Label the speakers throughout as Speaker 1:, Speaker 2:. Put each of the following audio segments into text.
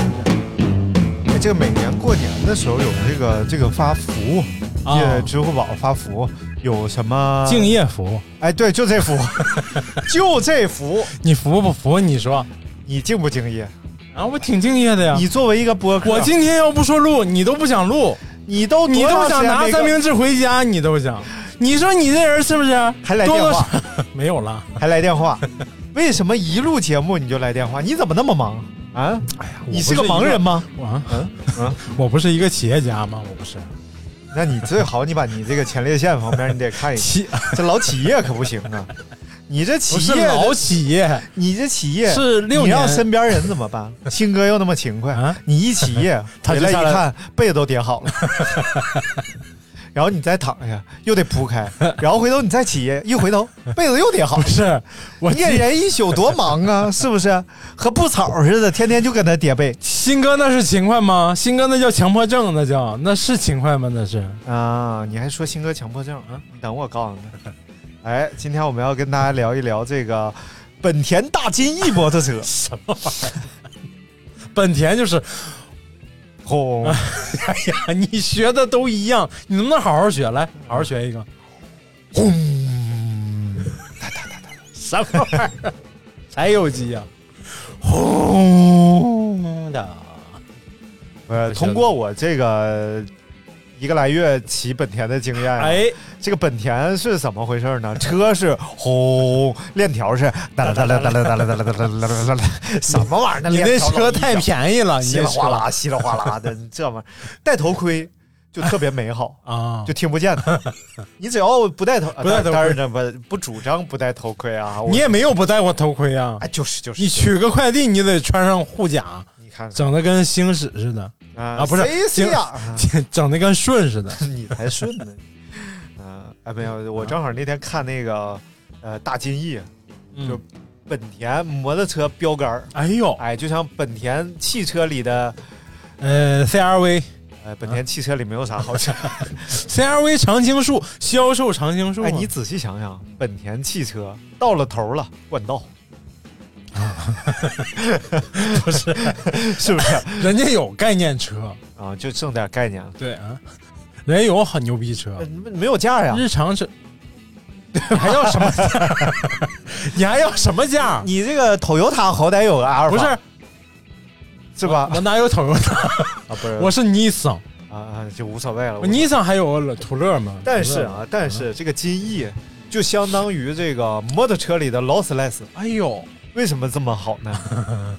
Speaker 1: 哎这个每年过年的时候有这个这个发福，
Speaker 2: 啊
Speaker 1: 借支付宝发福有什么？
Speaker 2: 敬业福，
Speaker 1: 哎，对，就这福， 就这福，
Speaker 2: 你服不服？你说
Speaker 1: 你敬不敬业？
Speaker 2: 啊，我挺敬业的呀。
Speaker 1: 你作为一个播客，
Speaker 2: 我今天要不说录，你都不想录，
Speaker 1: 你都
Speaker 2: 你
Speaker 1: 多长
Speaker 2: 都
Speaker 1: 时
Speaker 2: 想
Speaker 1: 间
Speaker 2: 拿
Speaker 1: 没
Speaker 2: 三
Speaker 1: 更
Speaker 2: 明治回家，你都想。你说你这人是不是？
Speaker 1: 还来
Speaker 2: 多
Speaker 1: 电
Speaker 2: 多
Speaker 1: 话
Speaker 2: 少 没有了。
Speaker 1: 还来电话，为什么一录节目你就来电话？你怎么那么忙啊？
Speaker 2: 哎呀，
Speaker 1: 你是个盲人
Speaker 2: 吗？
Speaker 1: 吗？
Speaker 2: 我啊
Speaker 1: 嗯嗯，哎
Speaker 2: 我不是一个企业家吗？我不是
Speaker 1: 那你最好你把你这个前列腺方面你得看一看，
Speaker 2: 企，
Speaker 1: 这老企业可不行啊！你这
Speaker 2: 不
Speaker 1: 企
Speaker 2: 是
Speaker 1: 业的，
Speaker 2: 老企业，
Speaker 1: 你这企业
Speaker 2: 是六
Speaker 1: 你让
Speaker 2: 年
Speaker 1: 身边人怎么 办？新哥又那么勤快，
Speaker 2: 啊
Speaker 1: 你一起夜
Speaker 2: 他
Speaker 1: 回
Speaker 2: 就
Speaker 1: 来一
Speaker 2: 下来
Speaker 1: 看，被子都叠好 了，然后你再躺下，又得铺开，然后回头你再起夜，一回 头被子又叠好
Speaker 2: 不。是我
Speaker 1: 你给人一宿多忙啊， 是不是？和不草似的，天天就搁那叠被
Speaker 2: 新哥那是勤快吗？新哥那叫强迫症，那叫那是勤快吗？那是
Speaker 1: 啊！你还说新哥强迫症
Speaker 2: 嗯
Speaker 1: 啊？你等我告诉你。哎，今天我们要跟大家聊一聊这个本田大金翼摩托 车，
Speaker 2: 本田就是，
Speaker 1: 轰！
Speaker 2: 哎呀， 你学的都一样，你能不能好好学？来，好好学一个。轰！哒哒哒哒，什么玩意儿？柴油机啊呀、轰的，
Speaker 1: 呃，通过我这个一个来月骑本田的经验，哎，
Speaker 2: 哎，
Speaker 1: 这个本田是怎么回事呢？车是轰，链条是哒啦哒啦哒啦哒啦哒啦哒啦哒啦，什么玩意儿？
Speaker 2: 你
Speaker 1: 链
Speaker 2: 那
Speaker 1: 条
Speaker 2: 车太便宜了，你
Speaker 1: 稀
Speaker 2: 这
Speaker 1: 里哗
Speaker 2: 车
Speaker 1: 啦、稀里哗啦的，你这玩意儿戴头盔就特别美好。
Speaker 2: 啊
Speaker 1: 就！听不见的，你只要不戴头，
Speaker 2: 不戴头盔
Speaker 1: 当然不不主张不戴头盔啊。我
Speaker 2: 你也没有不戴过头盔啊
Speaker 1: 哎，？就是就是，
Speaker 2: 你取个快递，你得穿上护甲，
Speaker 1: 你看看
Speaker 2: 整的跟星矢似的，
Speaker 1: 啊
Speaker 2: 啊不是
Speaker 1: 谁
Speaker 2: 行
Speaker 1: 呀？
Speaker 2: 整的跟顺似的。
Speaker 1: 你才顺呢。嗯，哎，没有，我正好那天看那个呃大金翼就
Speaker 2: 嗯，
Speaker 1: 本田摩托车标杆儿，
Speaker 2: 哎呦，
Speaker 1: 哎，就像本田汽车里的，
Speaker 2: 呃，CRV
Speaker 1: 呃，本田汽车里没有啥
Speaker 2: 啊
Speaker 1: 好车。
Speaker 2: CRV 常青树销售常青树啊，
Speaker 1: 哎，你仔细想想，本田汽车到了头了，冠道。
Speaker 2: 啊 不是
Speaker 1: 是不是
Speaker 2: 人家有概念车，
Speaker 1: 啊？就剩点概念了，
Speaker 2: 对啊，人家有很牛逼车
Speaker 1: 呃，没没有价呀。
Speaker 2: 啊日常车， 还要什么 价？你还要什么价？
Speaker 1: 你这个 Toyota 好歹有个阿尔法，
Speaker 2: 不是
Speaker 1: 是吧？
Speaker 2: 我哪有 Toyota？
Speaker 1: 啊，不 是，
Speaker 2: 我是 Nissan，
Speaker 1: 啊啊，就无所谓了。
Speaker 2: 我
Speaker 1: 我
Speaker 2: Nissan 还有途乐吗？
Speaker 1: 但是啊，但是这个金翼就相当于这个摩托车里的劳斯莱斯，
Speaker 2: 哎呦
Speaker 1: 为什么这么好呢？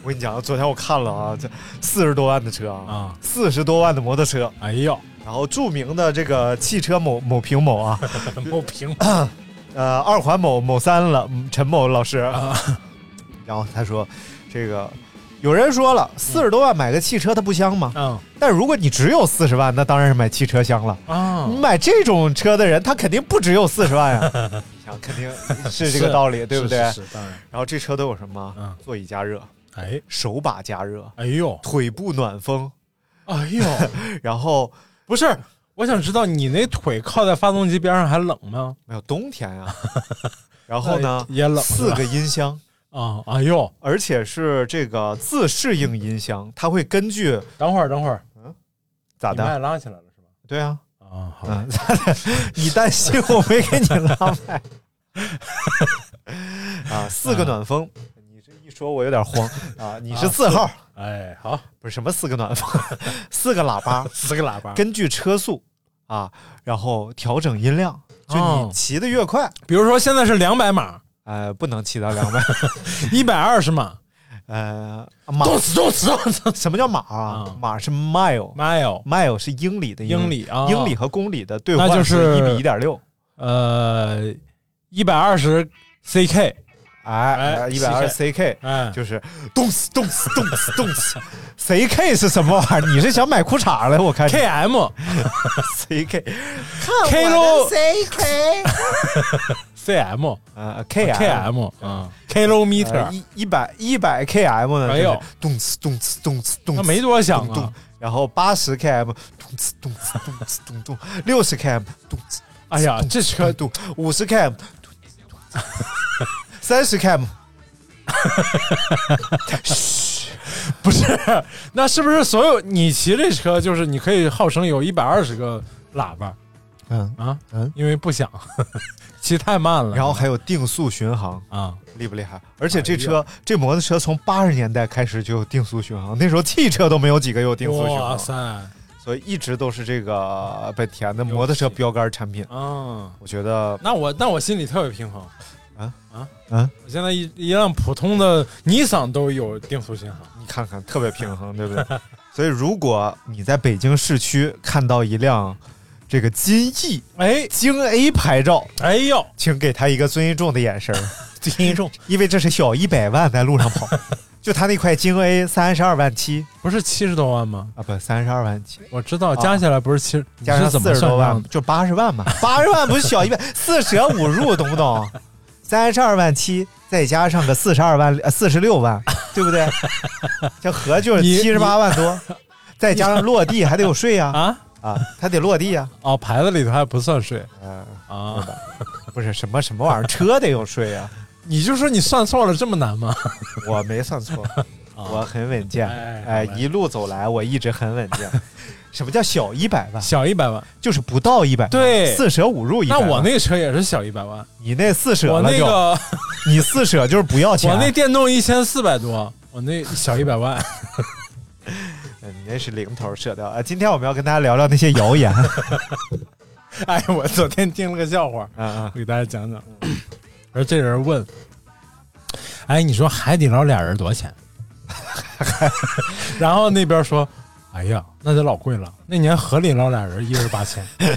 Speaker 1: 我跟你讲，昨天我看了啊，这四十多万的车啊，
Speaker 2: 啊，
Speaker 1: 四十多万的摩托车，
Speaker 2: 哎呦，
Speaker 1: 然后著名的这个汽车某某平某啊，
Speaker 2: 某平
Speaker 1: 呃，二环某某三了，嗯陈某老师，然后他说，这个有人说了，四十多万买个汽车它不香吗？
Speaker 2: 嗯
Speaker 1: 但如果你只有四十万，那当然是买汽车香了。
Speaker 2: 啊
Speaker 1: 你，买这种车的人，他肯定不只有四十万呀、 啊，你想肯定是这个道理，对不对？
Speaker 2: 是是是当然。
Speaker 1: 然后这车都有什么？
Speaker 2: 嗯
Speaker 1: 座椅加热、
Speaker 2: 哎
Speaker 1: 手把加热、
Speaker 2: 哎呦
Speaker 1: 腿部暖风，
Speaker 2: 哎 呦，
Speaker 1: 然后
Speaker 2: 不是，我想知道你那腿靠在发动机边上还冷吗？
Speaker 1: 没有冬天 啊，然后呢
Speaker 2: 那也冷了
Speaker 1: 四个音箱，
Speaker 2: 啊，哎呦，
Speaker 1: 而且是这个自适应音箱，它会根据
Speaker 2: 等会儿等会儿，
Speaker 1: 咋
Speaker 2: 你麦
Speaker 1: 的？
Speaker 2: 拉起来了是吧？
Speaker 1: 对啊，
Speaker 2: 啊，好
Speaker 1: 嗯， 咋的？你担心 我没给你拉麦啊？四个暖风，说我有点慌啊，你是
Speaker 2: 啊
Speaker 1: 四号，
Speaker 2: 哎，好，
Speaker 1: 不是什么四个暖房， 四个喇叭，
Speaker 2: 四个喇叭。
Speaker 1: 根据车速啊，然后调整音量，就
Speaker 2: 哦
Speaker 1: 你骑的越快，
Speaker 2: 比如说现在是两百码，
Speaker 1: 呃，不能骑到 两百，
Speaker 2: 一百二 十码
Speaker 1: 呃，马
Speaker 2: 动词动词动词
Speaker 1: 什么叫马啊
Speaker 2: 啊？
Speaker 1: 马是 mile。
Speaker 2: ，mile，
Speaker 1: mile 是英里的
Speaker 2: 英里啊
Speaker 1: 英里和公里的兑
Speaker 2: 那就
Speaker 1: 换
Speaker 2: 是
Speaker 1: 一比一点六，
Speaker 2: 呃，一百二十 ck，
Speaker 1: 哎，
Speaker 2: 哎
Speaker 1: 一百二 ck，
Speaker 2: 哎，
Speaker 1: 就是动死动死动死动死，ck 是什么玩意儿？你是想买裤衩了？我看
Speaker 2: km
Speaker 1: ck，
Speaker 2: 啊 K 喽
Speaker 1: ck，
Speaker 2: cm
Speaker 1: 呃 km。
Speaker 2: km 啊，kilometer，
Speaker 1: 嗯呃哎一一百一百 km 呢，
Speaker 2: 哎
Speaker 1: 就
Speaker 2: 呦
Speaker 1: 是动次动次动次动次，
Speaker 2: 那没多想
Speaker 1: 咚咚
Speaker 2: 啊。
Speaker 1: 然后八十 km 动次动次动次咚咚，六十 km 动次，
Speaker 2: 哎呀，这车
Speaker 1: 咚咚，五十 km 三十 km
Speaker 2: 不是， 那是不是所有你骑这车，就是你可以号称有一百二十个喇叭
Speaker 1: 嗯，
Speaker 2: 啊？
Speaker 1: 嗯
Speaker 2: 因为不响， 骑太慢了。
Speaker 1: 然后还有定速巡航，
Speaker 2: 啊，
Speaker 1: 厉不厉害？而且这车
Speaker 2: 哎
Speaker 1: 这摩托车从八十年代开始就有定速巡航，那时候汽车都没有几个有定速巡
Speaker 2: 哇
Speaker 1: 航，
Speaker 2: 塞，
Speaker 1: 所以一直都是这个本田的摩托车标杆产品。
Speaker 2: 嗯，
Speaker 1: 我觉得，
Speaker 2: 那我那我心里特别平衡
Speaker 1: 啊
Speaker 2: 啊
Speaker 1: 啊！
Speaker 2: 我现在一一辆普通的尼桑都有定速巡航，
Speaker 1: 你看看，特别平衡，对不 对？所以，如果你在北京市区看到一辆这个金逸
Speaker 2: 哎
Speaker 1: 京 A 牌照，
Speaker 2: 哎呦，
Speaker 1: 请给他一个尊重的眼神儿，
Speaker 2: 听众
Speaker 1: 因为这是小一百万在路上跑。就他那块京 A 三十二万七
Speaker 2: 不是七十多万吗？
Speaker 1: 啊，不，三十二万七，
Speaker 2: 我知道加起来不是七，
Speaker 1: 啊
Speaker 2: 你
Speaker 1: 加
Speaker 2: 是
Speaker 1: 上
Speaker 2: 怎
Speaker 1: 四
Speaker 2: 么
Speaker 1: 十
Speaker 2: 算
Speaker 1: 多万
Speaker 2: 账的？
Speaker 1: 就八十万嘛，八十万不是小一百，四舍五入，懂不懂？三十二万七，再加上个四十二万，呃四十六万，对不对？这合就是
Speaker 2: 你
Speaker 1: 七十八万多，再加上落地还得有税呀、啊，
Speaker 2: 啊？
Speaker 1: 他得落地呀、
Speaker 2: 哦，牌子里头还不算税
Speaker 1: 啊，呃，
Speaker 2: 啊？
Speaker 1: 不是什么什么玩意儿，车得有税呀、
Speaker 2: 你就说你算错了，这么难吗？
Speaker 1: 我没算错，我很稳健，
Speaker 2: 啊哎
Speaker 1: 哎，
Speaker 2: 好吧
Speaker 1: 一路走来我一直很稳 健。什么叫小一百万？
Speaker 2: 小一百万，
Speaker 1: 就是不到一百，
Speaker 2: 对
Speaker 1: 四舍五啊入一百
Speaker 2: 那
Speaker 1: 万。
Speaker 2: 我那个车也是小一百万，
Speaker 1: 你那四舍
Speaker 2: 我
Speaker 1: 了
Speaker 2: 那
Speaker 1: 就
Speaker 2: 个
Speaker 1: 你四舍就是不要钱。
Speaker 2: 我那电动一千四百多，我那小一百万，
Speaker 1: 嗯你那是零头舍掉啊！今天我们要跟大家聊聊那些谣 言。
Speaker 2: 哎，我昨天听了个笑话，
Speaker 1: 啊啊
Speaker 2: 我给大家讲讲。而这人问，哎，你说海底捞俩人多少钱？ 然后那边说，哎呀，那得老贵了。那年河里捞俩人一人八千，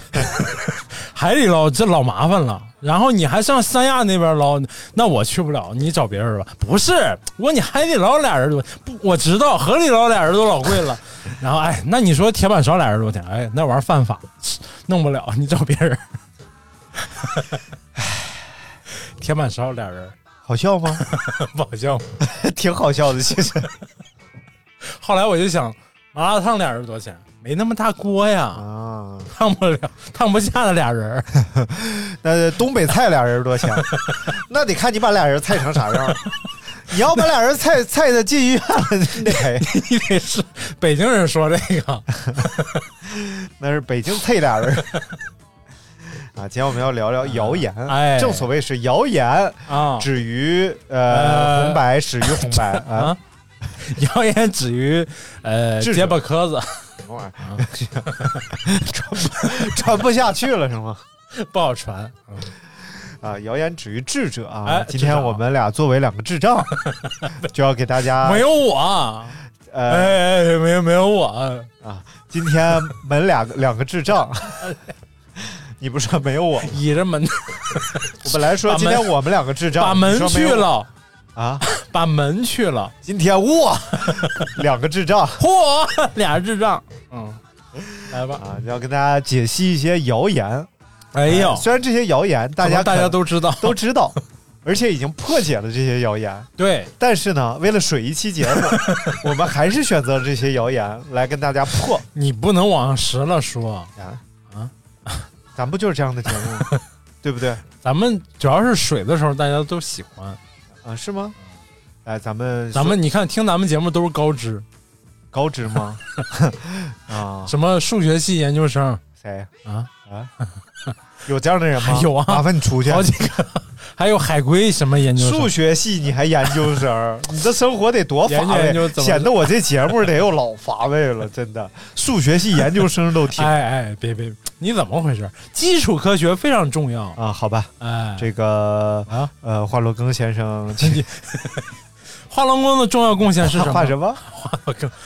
Speaker 2: 海底捞这老麻烦了。然后你还上三亚那边捞，那我去不了，你找别人吧。不是，我你海底捞俩人多不？我知道河里捞俩人都老贵了。然后哎，那你说铁板烧俩人多少钱？哎，那玩意儿犯法， 弄不了，你找别人。铁板烧俩人
Speaker 1: 好笑吗？
Speaker 2: 不好笑吗。
Speaker 1: 挺好笑的，其 实
Speaker 2: 后来我就想，麻辣烫俩人多少钱？没那么大锅呀，
Speaker 1: 啊。
Speaker 2: 烫不了， 烫不下的俩人儿。
Speaker 1: 那东北菜俩人 多少钱？那得看你把俩人菜成啥 样。你要把俩人菜菜的进医院了，你得 赔。
Speaker 2: 你得是北京人说这个，
Speaker 1: 那是北京菜俩 人。啊，今天我们要聊聊谣言。
Speaker 2: 哎
Speaker 1: 正所谓是谣言
Speaker 2: 啊
Speaker 1: 止于呃
Speaker 2: 呃
Speaker 1: 红白，始于红白啊。
Speaker 2: 啊，谣言止于呃
Speaker 1: 智者
Speaker 2: 结巴磕子，
Speaker 1: 什么玩意儿？传不传不下去了是吗？
Speaker 2: 不好传。
Speaker 1: 啊，谣言止于智者啊！
Speaker 2: 哎
Speaker 1: 今
Speaker 2: 智
Speaker 1: 天
Speaker 2: 障
Speaker 1: 我们俩作为两个智 障，就要给大家
Speaker 2: 没有我，哎
Speaker 1: 呃、
Speaker 2: 哎，哎没有没有我，
Speaker 1: 啊，今天门俩个两个智障。
Speaker 2: 哎
Speaker 1: 你不说没有我？
Speaker 2: 倚着门
Speaker 1: 我本来说
Speaker 2: 把门
Speaker 1: 今天我们两个智障，
Speaker 2: 把
Speaker 1: 你
Speaker 2: 门
Speaker 1: 说没
Speaker 2: 去
Speaker 1: 有我
Speaker 2: 了，
Speaker 1: 啊！
Speaker 2: 把门去了，
Speaker 1: 今天 我两个智障
Speaker 2: 嚯， 俩智障，嗯，来吧，
Speaker 1: 啊，要跟大家解析一些谣言。
Speaker 2: 哎呦，
Speaker 1: 虽然这些谣言大
Speaker 2: 大
Speaker 1: 家
Speaker 2: 家大
Speaker 1: 可
Speaker 2: 家
Speaker 1: 能
Speaker 2: 都知道，
Speaker 1: 都知道，而且已经破解了这些谣言。
Speaker 2: 对，
Speaker 1: 但是呢，为了水一期 节目，我们还是选择了这些谣言来跟大家破。
Speaker 2: 你不能往实了说，
Speaker 1: 啊
Speaker 2: 啊，
Speaker 1: 咱不就是这样的节目 吗，对不对？
Speaker 2: 咱们主要是水的时候大家都喜欢，
Speaker 1: 啊，是吗？哎，咱们
Speaker 2: 咱们你看听咱们节目都是高知，
Speaker 1: 高职吗？啊，
Speaker 2: 什么数学系研究生
Speaker 1: 谁
Speaker 2: 啊，
Speaker 1: 啊，有这样的人吗？
Speaker 2: 有啊
Speaker 1: 麻烦你出去。
Speaker 2: 好几个，还有海龟什么研究生
Speaker 1: 数学系你还研究 生？你这生活得多乏
Speaker 2: 研究研究
Speaker 1: 味，
Speaker 2: 怎么
Speaker 1: 显得我这节目得有老乏味 了。真的，数学系研究生都听
Speaker 2: 哎哎，别别，你怎么回事？基础科学非常重要。
Speaker 1: 啊。好吧，
Speaker 2: 哎，
Speaker 1: 这个
Speaker 2: 啊，
Speaker 1: 呃，华罗庚先 生，
Speaker 2: 画龙宫的重要贡献是什么？哎
Speaker 1: 画什么？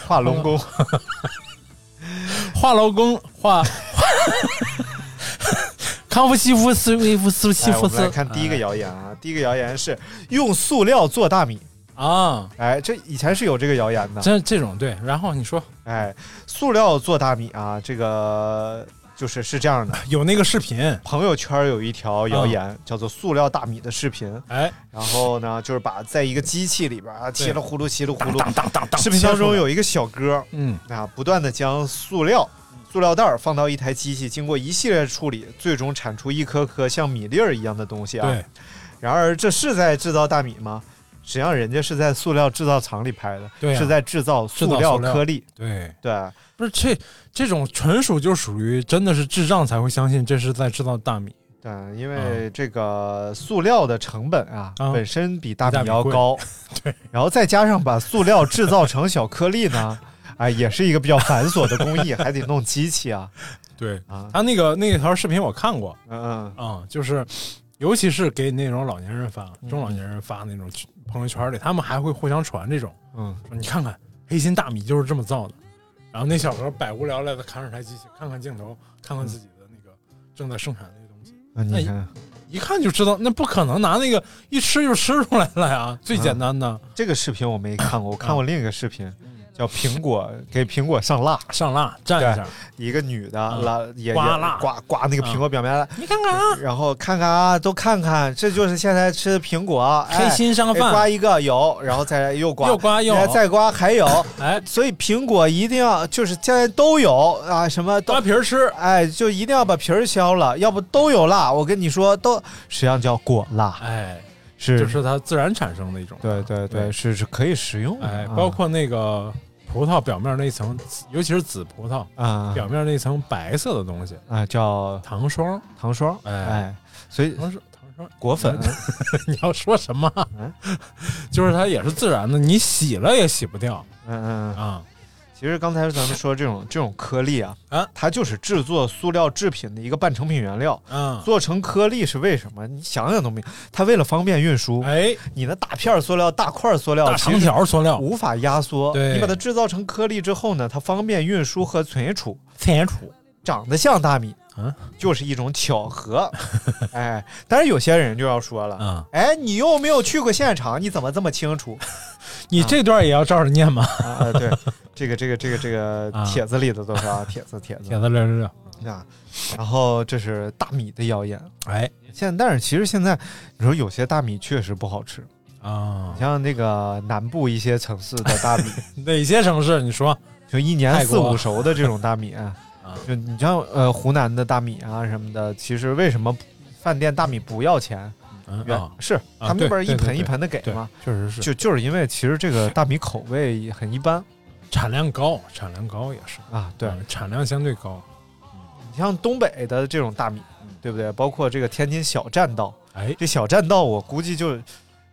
Speaker 2: 画龙宫，
Speaker 1: 画龙宫。
Speaker 2: 画龙宫，画 康夫西夫斯威夫斯西
Speaker 1: 哎，我
Speaker 2: 夫
Speaker 1: 们来
Speaker 2: 斯。
Speaker 1: 看第一个谣言啊，第一个谣言是用塑料做大米。
Speaker 2: 啊，
Speaker 1: 哎，这以前是有这个谣言的。
Speaker 2: 这这种对。然后你说
Speaker 1: 哎，塑料做大米啊，这个就是是这样的。
Speaker 2: 有那个视频，
Speaker 1: 朋友圈有一条谣言、
Speaker 2: 嗯
Speaker 1: 叫做“塑料大米”的视频，
Speaker 2: 哎，
Speaker 1: 然后呢，就是把在一个机器里边啊，切了呼噜，切了呼噜。
Speaker 2: 当当当当，
Speaker 1: 视频当中有一个小哥
Speaker 2: 嗯
Speaker 1: 啊，不断的将塑料、塑料袋儿放到一台机器，经过一系列处理，最终产出一颗颗像米粒儿一样的东西啊。
Speaker 2: 对，
Speaker 1: 然而，这是在制造大米吗？实际上，人家是在塑料制造厂里拍的，
Speaker 2: 对啊
Speaker 1: 是在制造
Speaker 2: 制
Speaker 1: 塑
Speaker 2: 造塑
Speaker 1: 料
Speaker 2: 料
Speaker 1: 颗粒。
Speaker 2: 对，
Speaker 1: 对，
Speaker 2: 不是这这种纯属就属于真的是智障才会相信这是在制造大米。
Speaker 1: 对，因为这个塑料的成本啊，
Speaker 2: 嗯啊
Speaker 1: 本身比大
Speaker 2: 比大
Speaker 1: 米
Speaker 2: 米
Speaker 1: 要
Speaker 2: 贵
Speaker 1: 高，
Speaker 2: 对，
Speaker 1: 然后再加上把塑料制造成小颗粒呢，哎，也是一个比较繁琐的工艺，还得弄机器啊，
Speaker 2: 对
Speaker 1: 啊
Speaker 2: 他那个那条视频我看过
Speaker 1: 嗯
Speaker 2: 啊、就是尤其是给那种老年人发、
Speaker 1: 嗯
Speaker 2: 中老年人发那种朋友圈里，他们还会互相传这种，
Speaker 1: 嗯嗯，
Speaker 2: 说你看看黑心大米就是这么造的。然后那小孩百无聊赖的看着台机器，看看镜头，看
Speaker 1: 嗯
Speaker 2: 看自己的那个正在生产那个东西，
Speaker 1: 那
Speaker 2: 那
Speaker 1: 你
Speaker 2: 一
Speaker 1: 看
Speaker 2: 一看就知道那不可能拿那个一吃就吃出来了呀，最
Speaker 1: 嗯
Speaker 2: 简单的、
Speaker 1: 这个视频我没看过，我
Speaker 2: 嗯
Speaker 1: 看过另一个视频，叫苹果给苹果上蜡，
Speaker 2: 上蜡蘸一下，
Speaker 1: 一个女的
Speaker 2: 嗯
Speaker 1: 蜡也也
Speaker 2: 刮蜡嗯
Speaker 1: 刮刮那个苹果表面蜡，
Speaker 2: 你看看啊，
Speaker 1: 然后看看啊，都看看，这就是现在吃的苹果，哎
Speaker 2: 黑心商
Speaker 1: 哎刮
Speaker 2: 贩，
Speaker 1: 一个有，然后再来又刮，
Speaker 2: 又刮又
Speaker 1: 哎再刮还有。
Speaker 2: 哎，
Speaker 1: 所以苹果一定要就是现在都有啊，什么都
Speaker 2: 扒皮儿吃，
Speaker 1: 哎，就一定要把皮儿削了，要不都有蜡。我跟你说，都实际上叫果蜡，
Speaker 2: 哎，
Speaker 1: 是
Speaker 2: 就是它自然产生的一种。
Speaker 1: 对对对，
Speaker 2: 对
Speaker 1: 是是可以食用的，
Speaker 2: 哎，
Speaker 1: 啊
Speaker 2: 包括那个葡萄表面那一层，尤其是紫葡萄
Speaker 1: 啊
Speaker 2: 表面那一层白色的东西，
Speaker 1: 啊叫
Speaker 2: 糖霜，
Speaker 1: 糖霜，
Speaker 2: 哎
Speaker 1: 哎，所以
Speaker 2: 糖霜，糖霜。
Speaker 1: 果粉
Speaker 2: 你要说什么？
Speaker 1: 嗯
Speaker 2: 就是它也是自然的，你洗了也洗不掉
Speaker 1: 嗯嗯，
Speaker 2: 啊。
Speaker 1: 其实刚才咱们说这种这种颗粒啊，
Speaker 2: 啊
Speaker 1: 它就是制作塑料制品的一个半成品原料。
Speaker 2: 嗯，
Speaker 1: 做成颗粒是为什么？你想想都没，它为了方便运输。
Speaker 2: 哎，
Speaker 1: 你那大片儿塑料、大块儿塑料、
Speaker 2: 大
Speaker 1: 其
Speaker 2: 长
Speaker 1: 实
Speaker 2: 条塑料，
Speaker 1: 无法压缩。
Speaker 2: 对
Speaker 1: 你把它制造成颗粒之后呢，它方便运输和存储，
Speaker 2: 天楚，
Speaker 1: 长得像大米，
Speaker 2: 嗯
Speaker 1: 就是一种巧合。哎，但是有些人就要说了，
Speaker 2: 啊，
Speaker 1: 哎，你又没有去过现场，你怎么这么清楚？
Speaker 2: 你这段也要照着念吗？
Speaker 1: 啊，呃对，这个这个这个这个
Speaker 2: 啊
Speaker 1: 帖子里的都是啊，帖子帖子
Speaker 2: 铁子六六六，
Speaker 1: 啊。然后这是大米的谣言。
Speaker 2: 哎
Speaker 1: 现但是其实现在你说有些大米确实不好吃，
Speaker 2: 啊
Speaker 1: 你，像那个南部一些城市的 大米，
Speaker 2: 哪些城市？你说
Speaker 1: 就一年
Speaker 2: 泰
Speaker 1: 四
Speaker 2: 国啊
Speaker 1: 五熟的这种大米，啊就你像呃湖南的大米啊什么的，其实为什么饭店大米不要钱？
Speaker 2: 嗯
Speaker 1: 原、
Speaker 2: 啊，
Speaker 1: 是他们那
Speaker 2: 对
Speaker 1: 边一
Speaker 2: 对对
Speaker 1: 盆
Speaker 2: 对
Speaker 1: 一盆的给
Speaker 2: 对
Speaker 1: 嘛，，
Speaker 2: 确实是，
Speaker 1: 就就是因为其实这个大米口味很一般
Speaker 2: 产量高，产量高也是，
Speaker 1: 啊。对
Speaker 2: 嗯产量相对高。
Speaker 1: 你像东北的这种大米，对不对？包括这个天津小栈道，
Speaker 2: 哎，
Speaker 1: 这小栈道我估计就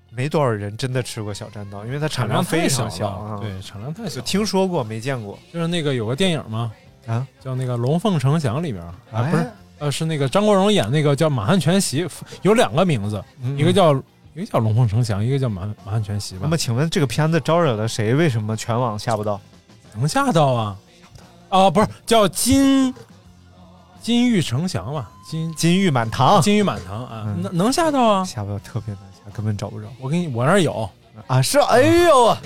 Speaker 1: 没多少人真的吃过小栈道，因为它产
Speaker 2: 量
Speaker 1: 非
Speaker 2: 太
Speaker 1: 常
Speaker 2: 小
Speaker 1: 小
Speaker 2: 了
Speaker 1: 啊。
Speaker 2: 对，，产量太小
Speaker 1: 就
Speaker 2: 了。
Speaker 1: 听说过没见过
Speaker 2: 就是那个有个电影嘛，
Speaker 1: 啊？
Speaker 2: 叫那个《龙凤呈祥》里边儿，啊
Speaker 1: 哎
Speaker 2: 不是，呃，是那个张国荣演那个叫《满汉全席》，有两个名字，
Speaker 1: 嗯
Speaker 2: 一个叫一个叫《龙凤呈祥》，一个叫满《满汉全席》
Speaker 1: 那
Speaker 2: 吧
Speaker 1: 么，。请问这个片子招惹了谁？为什么全网下不到？
Speaker 2: 能吓到啊？啊，不是叫金金玉呈祥吧？金
Speaker 1: 金玉满堂
Speaker 2: 金玉满堂啊，
Speaker 1: 嗯
Speaker 2: 能能吓到啊？
Speaker 1: 下不到，特别难下，根本找不着。
Speaker 2: 我给你，我那儿有，
Speaker 1: 啊，是，哎呦，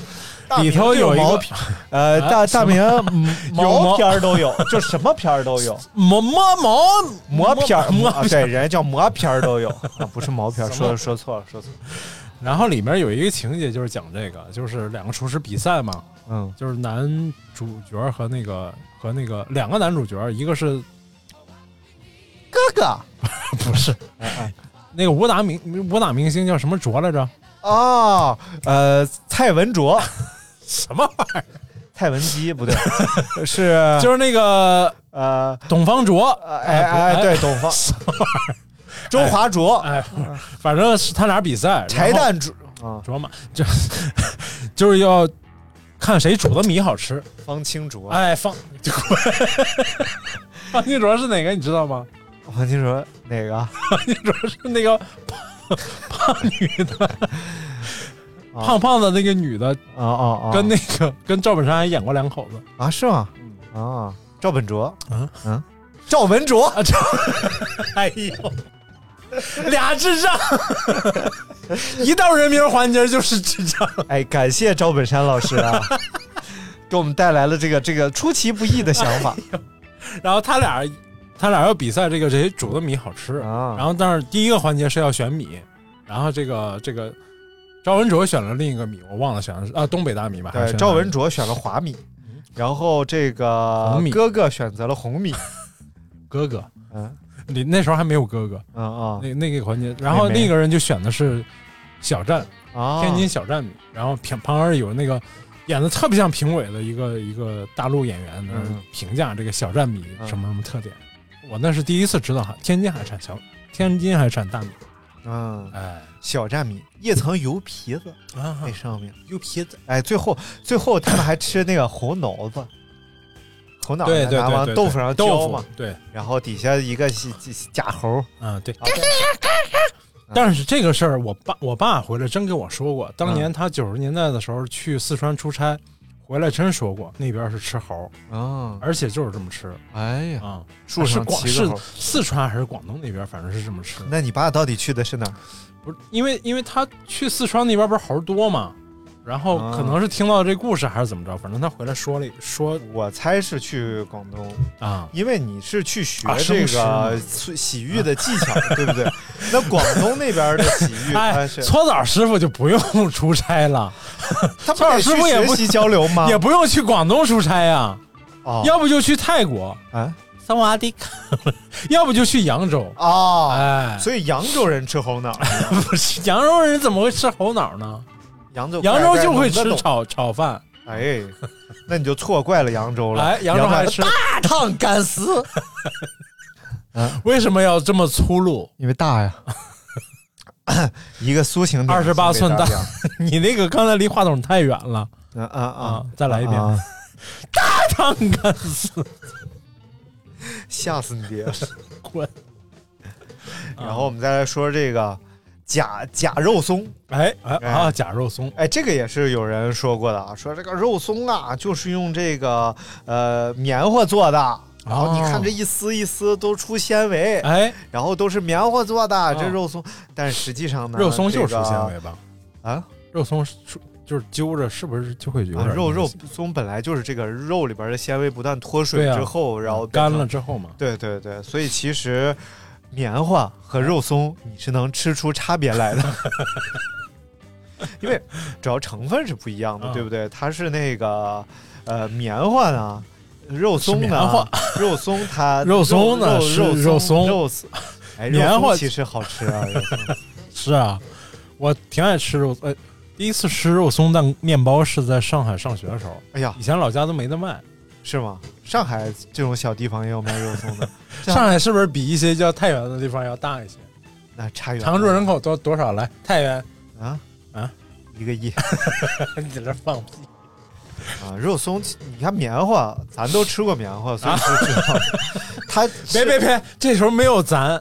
Speaker 1: 大明
Speaker 2: 里头有一
Speaker 1: 这毛
Speaker 2: 个
Speaker 1: 片，呃，
Speaker 2: 啊
Speaker 1: 大
Speaker 2: 什
Speaker 1: 大
Speaker 2: 么
Speaker 1: 明嗯
Speaker 2: 有
Speaker 1: 毛
Speaker 2: 毛
Speaker 1: 片儿都有，就什么片儿都 有，
Speaker 2: 磨磨毛
Speaker 1: 磨片儿，
Speaker 2: 磨
Speaker 1: 啊对，人家叫磨片儿都 有啊，不是毛片儿，
Speaker 2: 什
Speaker 1: 说
Speaker 2: 么
Speaker 1: 说错了，说错了，
Speaker 2: 然后里面有一个情节就是讲这个，就是两个厨师比赛嘛，
Speaker 1: 嗯
Speaker 2: 就是男主角和那个和那个两个男主角，一个是
Speaker 1: 哥哥
Speaker 2: 不 是
Speaker 1: 哎哎
Speaker 2: 那个武打明武打明星叫什么卓来着？
Speaker 1: 哦，呃，蔡文卓，
Speaker 2: 什么玩意
Speaker 1: 蔡文姬不对，是
Speaker 2: 儿？就是那个
Speaker 1: 呃，
Speaker 2: 董方卓，
Speaker 1: 哎哎，对，董方，周华卓，
Speaker 2: 哎，反正是他俩比赛，
Speaker 1: 柴蛋煮啊，
Speaker 2: 卓玛，这 就是要看谁煮的米好吃。
Speaker 1: 方清卓，
Speaker 2: 哎， 方就滚！方清卓是哪个？你知道吗？
Speaker 1: 方清卓哪个？
Speaker 2: 方清卓是那个胖 胖女的，胖胖的那个女的，
Speaker 1: 啊啊啊！
Speaker 2: 跟那嗯个跟赵本山还演过两口子。
Speaker 1: 啊是吗？啊，赵本卓，
Speaker 2: 嗯
Speaker 1: 嗯，赵文卓，
Speaker 2: 啊，这， 哎呦，俩 智障，一到人名环节就是智障。
Speaker 1: 哎，感谢赵本山老师 啊，给我们带来了这个这个出其不意的想法
Speaker 2: 然后他俩，他俩要比赛这个谁煮的米好吃。
Speaker 1: 啊。
Speaker 2: 然后，但 是第一个环节是要选米，然后这个这个赵文卓选了另一个米，我忘了选的是啊东北大米吧？还是
Speaker 1: 对，
Speaker 2: 选
Speaker 1: 赵
Speaker 2: 哪
Speaker 1: 文
Speaker 2: 个
Speaker 1: 卓选了华米，然后这个
Speaker 2: 红米
Speaker 1: 哥哥选择了红米，
Speaker 2: 哥哥，
Speaker 1: 嗯
Speaker 2: 你那时候还没有哥哥，
Speaker 1: 嗯
Speaker 2: 那那个环节，然后
Speaker 1: 妹妹
Speaker 2: 那个人就选的是小站
Speaker 1: 嗯啊，
Speaker 2: 天津小站米，然后评旁边有那个演的特别像评委的一个一个大陆演员在那儿
Speaker 1: 嗯
Speaker 2: 评价这个小站米
Speaker 1: 嗯
Speaker 2: 什么什么特点，我那是第一次知道哈，天津还产小，天津还产大米，
Speaker 1: 嗯
Speaker 2: 哎
Speaker 1: 小站米，叶层油皮子
Speaker 2: 啊
Speaker 1: 那上面，
Speaker 2: 油皮子，
Speaker 1: 哎，最后最后他们还吃那个猴脑 子，猴脑
Speaker 2: 对
Speaker 1: 子
Speaker 2: 对
Speaker 1: 拿
Speaker 2: 对
Speaker 1: 往
Speaker 2: 对，
Speaker 1: 豆腐上
Speaker 2: 豆
Speaker 1: 浇
Speaker 2: 腐
Speaker 1: 嘛，，
Speaker 2: 对，
Speaker 1: 然后底下一个假假 猴，
Speaker 2: 嗯对。
Speaker 1: 啊
Speaker 2: 但是这个事儿，我爸我爸回来真跟我说过，
Speaker 1: 嗯
Speaker 2: 当年他九十年代的时候去四川出差，回来真说过那边是吃猴，
Speaker 1: 嗯，
Speaker 2: 而且就是这么吃
Speaker 1: 哎呀，
Speaker 2: 啊。
Speaker 1: 树
Speaker 2: 是
Speaker 1: 上
Speaker 2: 广
Speaker 1: 骑个
Speaker 2: 是
Speaker 1: 猴。
Speaker 2: 四川还是广东那边，反正是这么吃。
Speaker 1: 那你爸到底去的是哪儿？
Speaker 2: 不是因为因为他去四川那边不是猴多嘛，然后
Speaker 1: 啊
Speaker 2: 可能是听到这故事还是怎么着，反正他回来说了一说
Speaker 1: 我猜是去广东，
Speaker 2: 啊，
Speaker 1: 因为你是去学
Speaker 2: 啊
Speaker 1: 这
Speaker 2: 生吃
Speaker 1: 个
Speaker 2: 嘛
Speaker 1: 搓洗浴的技巧，对不对？ 那广东那边的洗浴，它
Speaker 2: 哎，
Speaker 1: 是
Speaker 2: 搓澡师傅就不用 出差了，
Speaker 1: 他
Speaker 2: 搓澡
Speaker 1: 得
Speaker 2: 师
Speaker 1: 去
Speaker 2: 傅也
Speaker 1: 学
Speaker 2: 不
Speaker 1: 习交流吗？
Speaker 2: 也不用去广东出差呀、
Speaker 1: 哦
Speaker 2: 要不就去泰国，
Speaker 1: 啊
Speaker 2: 萨瓦迪卡， 要不就去扬州。
Speaker 1: 哦，
Speaker 2: 哎，
Speaker 1: 所以扬州人吃猴脑，
Speaker 2: 不是扬州人怎么会吃猴脑呢？
Speaker 1: 扬州
Speaker 2: 扬州就会
Speaker 1: 怪怪
Speaker 2: 吃
Speaker 1: 弄得懂。
Speaker 2: 炒炒饭，
Speaker 1: 哎， 那你就错怪了扬州了。
Speaker 2: 哎，扬州还吃。
Speaker 1: 大烫干丝，嗯
Speaker 2: 为什么要这么粗鲁？
Speaker 1: 因为大呀， 一个苏醒点儿
Speaker 2: 28寸大
Speaker 1: 大梁，
Speaker 2: 你那个刚才离话筒太远了，
Speaker 1: 嗯啊啊
Speaker 2: 啊！再来一遍
Speaker 1: 啊
Speaker 2: 烫干死
Speaker 1: 吓死你爹！
Speaker 2: 滚！
Speaker 1: 然后我们再来说这个假假肉松，
Speaker 2: 哎哎
Speaker 1: 哎
Speaker 2: 啊，假肉松，
Speaker 1: 哎，这个也是有人说过的啊，说这个肉松啊，就是用这个呃棉花做的，然后你看这一丝一丝都出纤维，
Speaker 2: 哎，哦
Speaker 1: 然后都是棉花做的、这肉松，但是实际上呢，
Speaker 2: 肉松就是
Speaker 1: 这个
Speaker 2: 出纤维吧？
Speaker 1: 啊
Speaker 2: 肉松是出就是揪着，是不是就会有
Speaker 1: 啊
Speaker 2: 点
Speaker 1: 肉肉
Speaker 2: 东西
Speaker 1: 松本来就是这个肉里边的纤维不断脱水
Speaker 2: 对啊
Speaker 1: 之后，然后变
Speaker 2: 干
Speaker 1: 成
Speaker 2: 了，之后嘛？
Speaker 1: 对对对，所以其实棉花和肉松你是能吃出差别来 的。因为主要成分是不一样的，
Speaker 2: 嗯
Speaker 1: 对不对？它是那个呃棉花呢，肉松
Speaker 2: 是
Speaker 1: 呢，
Speaker 2: 棉花
Speaker 1: 肉松它
Speaker 2: 肉松呢
Speaker 1: 肉
Speaker 2: 是
Speaker 1: 肉
Speaker 2: 肉
Speaker 1: 松
Speaker 2: 松
Speaker 1: 肉松， 哎，肉
Speaker 2: 棉
Speaker 1: 松
Speaker 2: 花
Speaker 1: 其实好吃啊，肉松
Speaker 2: 是啊，我挺爱吃肉，呃，第一次吃肉松蛋面包是在上海上学的时候，
Speaker 1: 哎呀
Speaker 2: 以，前老家都没得卖。
Speaker 1: 是吗？上海这种小地方也有卖肉松的，这
Speaker 2: 上海是不是比一些叫太原的地方要大一些？
Speaker 1: 那差远了。
Speaker 2: 常住人口多多少？来，太原，
Speaker 1: 啊
Speaker 2: 啊，
Speaker 1: 一个亿。
Speaker 2: 你在这放屁？
Speaker 1: 啊，肉松，你看棉花，咱都吃过棉花，所以说知道。 它
Speaker 2: 啊别别别，这时候没有咱，